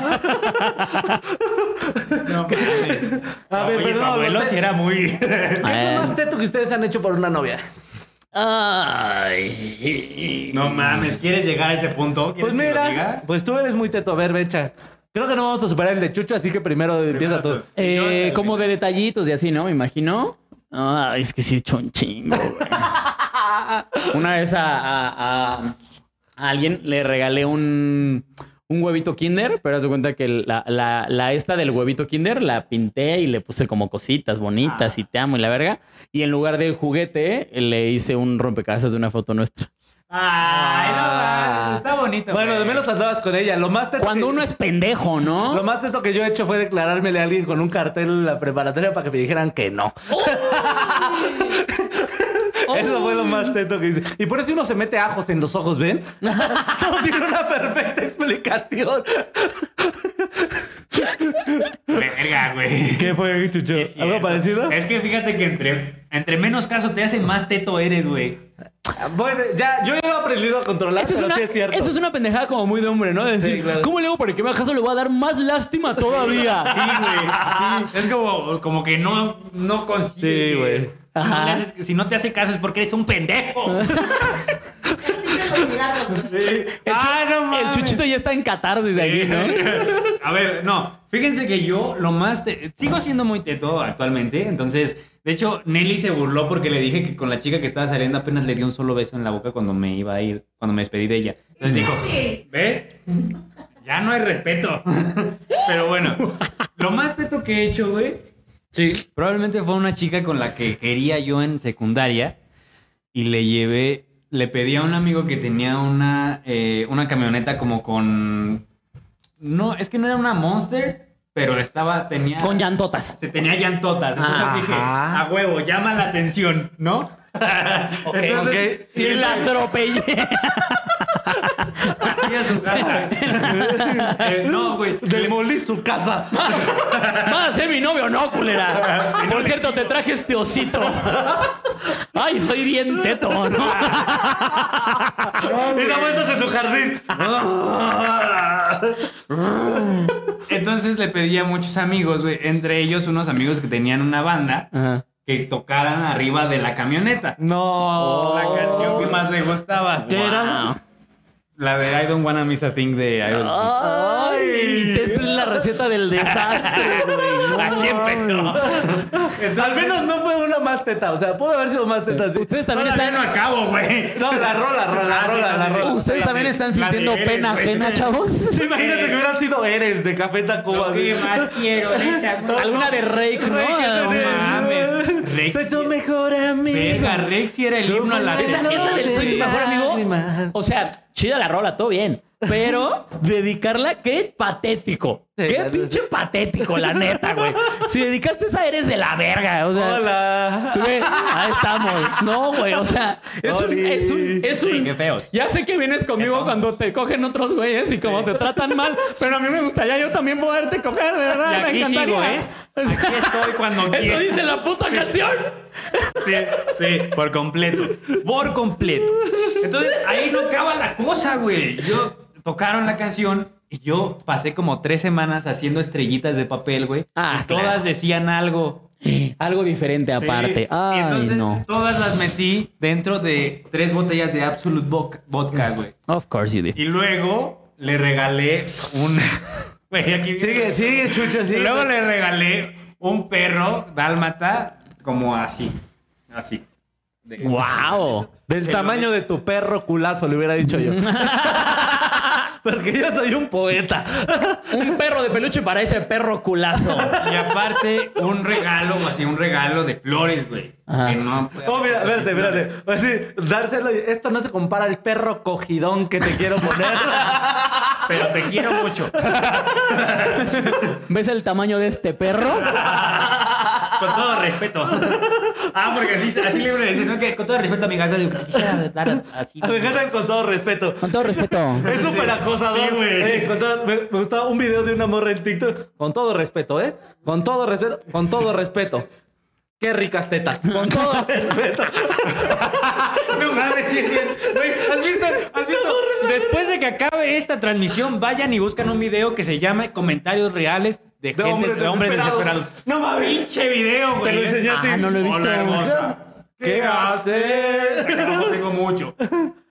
No mames.
A ver,
Oye,
perdón,
tu abuelo
usted-
sí era muy...
¿Qué es lo más teto que ustedes han hecho por una novia?
Ay. No mames, ¿quieres llegar a ese punto? ¿Quieres
Pues
que lo
mira,
diga?
pues tú eres muy teto. A ver, Becha. Creo que no vamos a superar el de Chucho, así que primero empieza tú.
Eh, como de detallitos y así, ¿no? Me imagino. Ah, es que sí, he hecho un chingo, güey. Una vez a, a- a- a alguien le regalé un, un huevito kinder, pero haz de cuenta que la, la- la esta del huevito kinder la pinté y le puse como cositas bonitas y te amo y la verga. Y en lugar de juguete, le hice un rompecabezas de una foto nuestra.
Ay, no mames, está bonito.
Bueno,
güey.
de menos andabas con ella. Lo más teto
Cuando
que-
uno es pendejo,
Ah.
¿no?
Lo más teto que yo he hecho fue declarármele a alguien con un cartel en la preparatoria para que me dijeran que no.
Oh.
Eso fue lo más teto que hice. Y por eso uno se mete ajos en los ojos, ¿ven? Todo tiene una perfecta explicación.
Verga, güey.
¿Qué fue, Chucho?
Sí, es cierto.
¿Algo parecido?
Es que fíjate que entre, entre menos caso te hace, más teto eres, güey.
Bueno, ya, yo ya lo he aprendido a controlar,
Eso es,
pero
una,
sí es cierto.
eso es una pendejada como muy de hombre, ¿no? De decir,
claro.
¿cómo le hago para que me haga caso? Le voy a dar más lástima todavía.
Sí, güey. Sí. Es como, como que no, no consigues.
Sí,
que-
güey.
si no le
Ajá.
haces- Si no te hace caso es porque eres un pendejo. ah, no
El chuchito ya está en catarsis aquí, ¿no?
A ver, no. Fíjense que yo lo más. te- Sigo siendo muy teto actualmente. Entonces, de hecho, Nelly se burló porque le dije que con la chica que estaba saliendo apenas le di un solo beso en la boca cuando me iba a ir, cuando me despedí de ella. Entonces dijo: ¿Ves? Ya no hay respeto. Pero bueno, lo más teto que he hecho, güey. Sí. Probablemente fue una chica con la que quería yo en secundaria y le llevé, le pedí a un amigo que tenía una, eh, una camioneta como con... No, es que no era una Monster, pero estaba, tenía...
Con llantotas.
Se tenía llantotas. Entonces dije,
Ajá.
a huevo, llama la atención, ¿no? Entonces,
ok.
Y la
atropellé.
metí a su casa. Eh, no, güey.
Demolí su casa.
¿Vas a ser mi novio o no, culera? Por cierto, te traje este osito. Ay, soy bien teto, ¿no?
Y da vueltas en su jardín.
Entonces le pedí a muchos amigos, güey, entre ellos unos amigos que tenían una banda, que tocaran arriba de la camioneta.
No.
La canción que más le gustaba.
¿Qué era?
La de I Don't Wanna Miss a Thing de
Oh.
Aerosmith.
Ay, esta es la receta del desastre, güey.
Así empezó.
Al menos no fue una más teta, o sea, pudo haber sido más teta. sí.
Ustedes
También
también
está
están...
no acabo, güey.
No, la rola, rola, la
Ah, sí,
rola,
sí,
la
sí.
rola.
Ustedes
Las
también
de-
están
las de
sintiendo
eres,
pena
güey.
ajena, chavos.
Imagínate que hubieran sido Eres de Café Tacuba.
Lo que
güey.
más quiero en esta
Alguna de Rake, ¿no?
Rake,
No
sí.
mames. Rex.
Soy tu mejor amigo.
Verga, Rex sí era el himno a la
Esa,
de-
esa del soy tu mejor amigo. O sea, Chida la rola, todo bien. Pero dedicarla, qué patético.
Sí,
qué
claro.
pinche patético, la neta, güey. Si dedicaste esa, eres de la verga. O sea,
Hola.
Güey, ahí estamos. No, güey, o sea, es un,
Oli.
es un, es un.
Sí, qué feo.
Ya sé que vienes conmigo cuando te cogen otros güeyes y como te tratan mal, pero a mí me gustaría yo también poderte coger, de verdad,
Y aquí
me encantaría.
sigo, ¿eh?
O sea,
Aquí estoy cuando
eso
quiera.
dice la puta canción.
Sí, sí, por completo. Por completo. Entonces, ahí no acaba la cosa, güey. Yo tocaron la canción y yo pasé como tres semanas haciendo estrellitas de papel, güey.
Ah,
y todas
claro.
decían algo.
Algo diferente
Sí.
aparte. Ay,
y entonces
no.
todas las metí dentro de tres botellas de Absolute Vodka- Vodka, güey.
Of course you did.
Y luego le regalé un. Güey, aquí viene.
Sigue, sigue, Chucho,
Y
sigue.
luego le regalé un perro dálmata como así. Así. De-
Wow.
Del tamaño de tu perro culazo, le hubiera dicho yo. Porque yo soy un poeta.
Un perro de peluche para ese perro culazo.
Y aparte, un regalo, así, un regalo de flores, güey.
Ajá.
Que no. puede
Oh, mira,
haber
espérate,
sin
espérate.
flores.
Así, dárselo. y- Esto no se compara al perro cogidón que te quiero poner.
Pero te quiero mucho.
¿Ves el tamaño de este perro?
Con todo respeto. Ah, porque así, así le iban a decir, ¿no? Que con todo respeto, amiga, que te quisiera dar así.
Me encantan con todo respeto.
Con todo respeto.
Es súper acosador.
Sí, güey.
Eh, con todo- me, me gustaba un video de una morra en TikTok. Con todo respeto, ¿eh? Con todo respeto. Con todo respeto. Qué ricas tetas. Con todo respeto.
No mames, sí es cierto. Güey, ¿has visto? ¿Has visto? Después de que acabe esta transmisión, vayan y buscan un video que se llama Comentarios Reales de, gente,
hombres
de hombres
desesperados.
desesperados. No mames, pinche video, güey.
lo enseñé a ti.
Ah, no lo he visto.
Hola,
¿Qué haces?
Tengo mucho.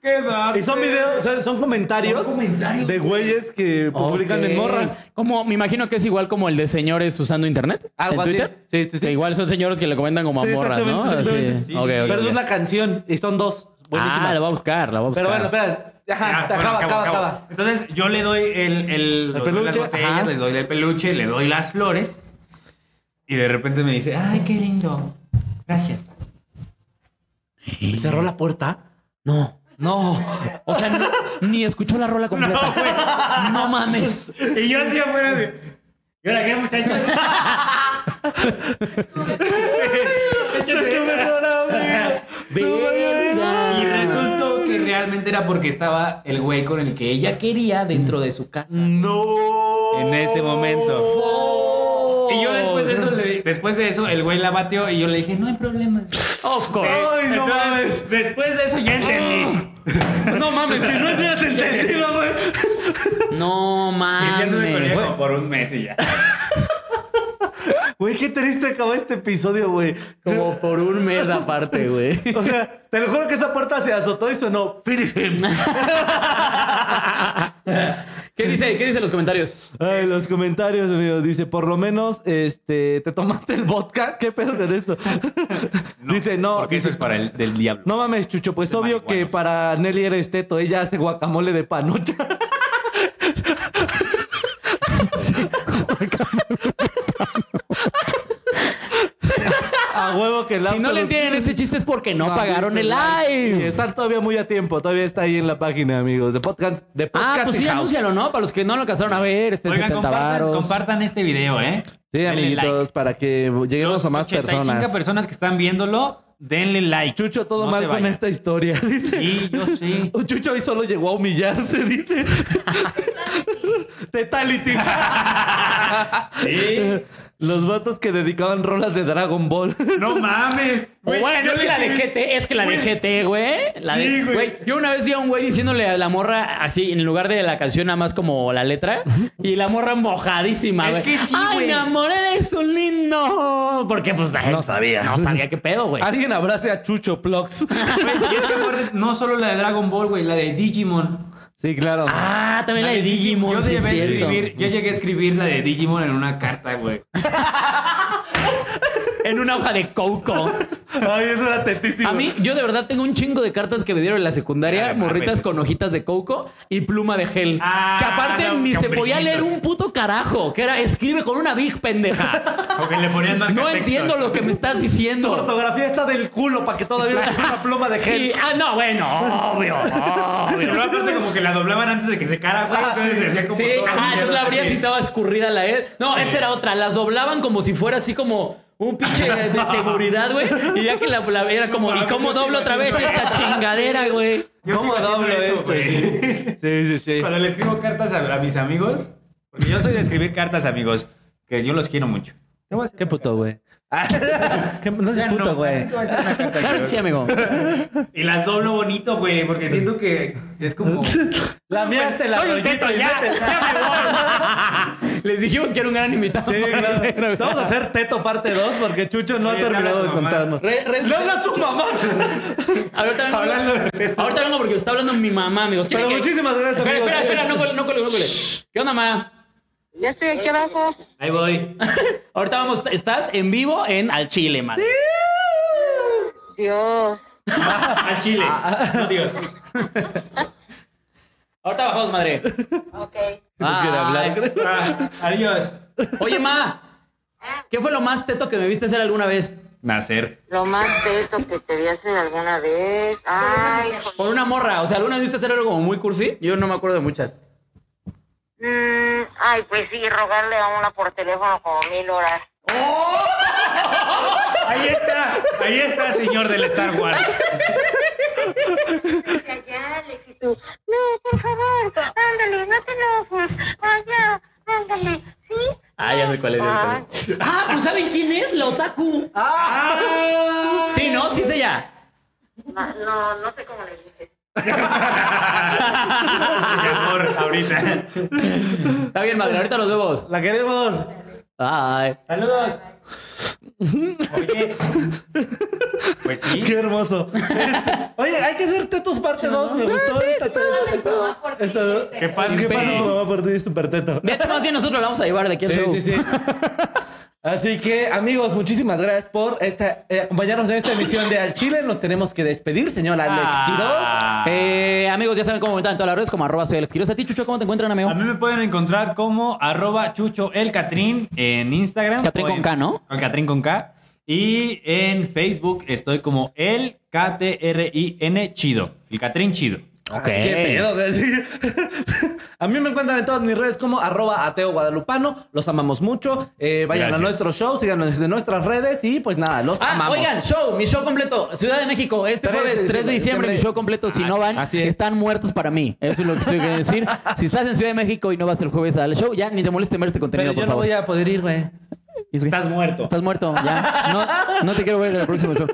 Quédate.
Y son videos, son, son comentarios, de güeyes que publican en
Ok.
morras.
Como, me imagino que es igual como el de señores usando internet.
Algo
en
así.
Twitter.
Sí, sí, sí.
Que igual son señores que le comentan como a
Sí,
morras, ¿no?
exactamente,
Así.
exactamente.
sí,
Ok,
sí,
ok,
Pero
ok.
es una canción y son dos.
Ah,
Buenísimas.
la voy a buscar, la voy a buscar.
Pero bueno, espera. Ajá,
Ah,
acaba,
bueno, acabo,
acaba,
acabo.
acaba.
Entonces yo le doy el, el, le doy
peluche,
las botellas,
ajá.
le doy el peluche, le doy las flores y de repente me dice, ay, qué lindo, gracias.
¿Cerró la puerta?
No.
No.
O sea, ni, ni escuchó la rola completa. No, mames.
Y yo así afuera de. ¿Y ahora qué, muchachos? Y resultó que realmente era porque estaba el güey con el que ella quería dentro de su casa.
No.
En ese momento. Y yo después de eso, le- después de eso, el güey la bateó y yo le dije, no hay problema.
Of course.
Ay, no mames. Después de eso ya entendí.
No mames, si no hubieras entendido, güey.
No
Y
mames.
siendo de Corea como por un mes y ya.
Güey, qué triste acaba este episodio, güey.
Como por un mes aparte, güey.
O sea, te lo juro que esa puerta se azotó y sonó. "Pirim".
¿Qué dice? ¿Qué dice en los comentarios?
Ay, los comentarios, amigo. Dice, por lo menos, este, ¿te tomaste el vodka? ¿Qué pedo con esto? dice, no.
Porque
dice,
eso es para el del diablo.
No mames, Chucho, pues obvio que
marihuanos.
para Nelly eres teto. Ella hace guacamole de panocha. A huevo que la
Si no le entienden este chiste es porque no pagaron el live.
Están todavía muy a tiempo. Todavía está ahí en la página, amigos. De podcast. De podcast
Ah, pues sí,
House.
anúncialo, ¿no? Para los que no lo alcanzaron a ver, este
Oigan,
70
compartan,
varos.
compartan este video, ¿eh?
Sí,
Denle
amiguitos,
like.
para que lleguemos
Los
a más
85
personas.
personas que están viéndolo, denle like.
Chucho, todo
No
mal
se
con este-
vayan.
esta historia. Dice.
Sí, yo sí.
Chucho hoy solo llegó a humillarse, dice. Tetality.
Sí.
Los vatos que dedicaban rolas de Dragon Ball.
No mames.
O
Güey,
bueno,
yo
es que
le
la de
escribí-
GT, es que la de GT, güey. La de-
Sí, güey.
Yo una vez vi a un güey diciéndole a la morra así, en lugar de la canción, nada más como la letra, y la morra mojadísima,
Es
güey.
que sí,
Ay,
güey.
mi amor, eres un lindo. Porque pues no sabía. No sabía qué pedo,
Ah,
güey.
Alguien abrace a Chucho Plox.
Güey, Y es que aparte, no solo la de Dragon Ball, güey, la de Digimon.
Sí, claro.
Ah, también la de Digimon,
Yo,
sí es
llegué a
cierto.
escribir, yo llegué a escribir la de Digimon en una carta, güey.
En una hoja de coco.
Ay, eso era tetísimo.
A mí, yo de verdad tengo un chingo de cartas que me dieron en la secundaria,
Ah,
morritas
mames.
con hojitas de coco y pluma de gel.
Ah,
que aparte
no,
ni
con
se podía
brillitos.
leer un puto carajo, que era escribe con una big pendeja.
O que le ponían marca
No
texto.
entiendo lo que me estás
La
diciendo.
ortografía está del culo para que todavía no sea una pluma de gel.
Sí, ah, no, bueno, obvio,
Y
obvio.
luego aparte como que la doblaban antes de que secara, güey. Entonces se hacía como
Sí,
ah,
toda
ajá,
mierda
entonces la habría
así.
si estaba escurrida la E. No, esa era otra. Las doblaban como si fuera así como un pinche de seguridad, güey. Y ya que la, la- era como, ¿y cómo doblo otra vez esta chingadera, güey?
Yo sigo haciendo eso, güey.
Sí, sí, sí.
Cuando le escribo cartas a, a mis amigos, porque yo soy de escribir cartas, amigos, que yo los quiero mucho.
Qué puto, güey. Ah, qué- no seas
Ya no,
puto, güey.
te voy a hacer una carta,
Claro que
creo.
sí, amigo.
Y las doblo bonito, güey, porque siento que es como.
La mía te la
Soy un
rollito
teto,
y
ya,
vete.
Les dijimos que era un gran invitado.
Sí, claro. Vamos a hacer Teto parte 2 porque Chucho no
Oye,
ha terminado de
habla tu mamá.
contarnos.
Re- re-
¡Le habla a su mamá!
Ahorita vengo, amigos. Ahorita vengo porque está hablando mi mamá, amigos. ¿Quieren
Pero
que-
muchísimas gracias,
Espera,
amigos.
espera, espera, no cole, no cole, no cole. ¿Qué onda, ma?
Ya estoy aquí abajo.
Ahí voy.
Ahorita vamos, estás en vivo en Al Chile, man.
Dios.
Al chile.
Ah.
No, Dios.
Ahorita bajamos, madre.
Ok.
Bye.
Ah, adiós.
Oye, ma, ¿qué fue lo más teto que me viste hacer alguna vez?
Nacer.
Lo más teto que te vi hacer alguna vez. Ay,
Por una morra. O sea, ¿alguna vez viste hacer algo como muy cursi? Yo no me acuerdo de muchas.
mm, ay, pues sí, rogarle a una por teléfono como mil horas.
Ahí está. Ahí está, señor del Star Wars.
Desde allá, Alex, y tú. No, por favor, ándale, no te enojes. Allá, ándale, ¿sí?
Ah, ya sé cuál es.
Ay,
Ah, pues ¿saben quién es? La otaku.
Ah.
Ah. Sí, ¿no? Sí es ella.
ma- no, no sé cómo le dices.
Mi amor, ahorita.
Está bien, madre. Ahorita nos vemos.
La queremos.
Bye.
Saludos. Oye. Pues sí.
Qué hermoso. Oye, hay que hacer Tetos parte 2. Me gustó. esta- esta-
¿Qué pasa?
¿Qué
¿Qué
pasa tu
pasa?
mamá por ti? Es super teto.
De hecho, más bien nosotros la vamos a llevar de aquí al
Sí,
show.
sí, sí. Así que, amigos, muchísimas gracias por esta, eh, acompañarnos en esta emisión de Al Chile. Nos tenemos que despedir, señor Alex
Ah.
Eh, amigos, ya saben cómo me están en todas las redes, como arroba soy Alex Quiroz. A ti, Chucho, ¿cómo te encuentran, amigo?
A mí me pueden encontrar como arroba chucho el Catrín en Instagram.
Catrín
O
con
en-
K, ¿no?
El Catrín con K. Y en Facebook estoy como el K-T-R-I-N chido. El Catrín chido.
Ah,
Ok. ¿Qué pedo? güey? Sí. A mí me encuentran en todas mis redes como arroba ateo guadalupano. Los amamos mucho. Eh, vayan
Gracias.
a nuestro show, síganos desde nuestras redes y pues nada, los
Ah,
amamos.
oigan, show, mi show completo, Ciudad de México, este
Tres de
jueves 3 de diciembre,
diciembre.
mi show completo, si
Ah,
no van,
así es.
están muertos para mí. Eso es lo que estoy queriendo decir. Si estás en Ciudad de México y no vas el jueves al show, ya ni te moleste ver este
Pero
contenido,
yo
por
no
favor.
voy a poder ir, güey.
¿Y eso qué?
Estás muerto.
Estás muerto, ya. No, no te quiero ver en el próximo show.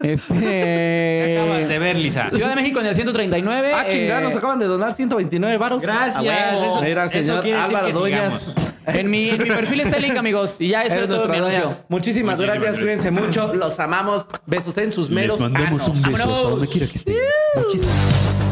Este.
Acabas de ver, Lisa.
Ciudad de México en el 139.
Ah, chingada,
eh,
nos acaban de donar 129 baros.
Gracias.
Ah, huevo.
Eso,
Mira,
eso
señor
quiere decir
Álvaro
que
Doñas.
sigamos.
en, mi, en mi perfil está el link, amigos. Y ya eso
Eres
era todo
nuestra
mi
doña.
anuncio.
Muchísimas,
Muchísimas
gracias,
gracias.
cuídense mucho, los amamos. Besos en sus meros.
mandamos
anos.
un beso hasta donde quiera que estén. Muchísimas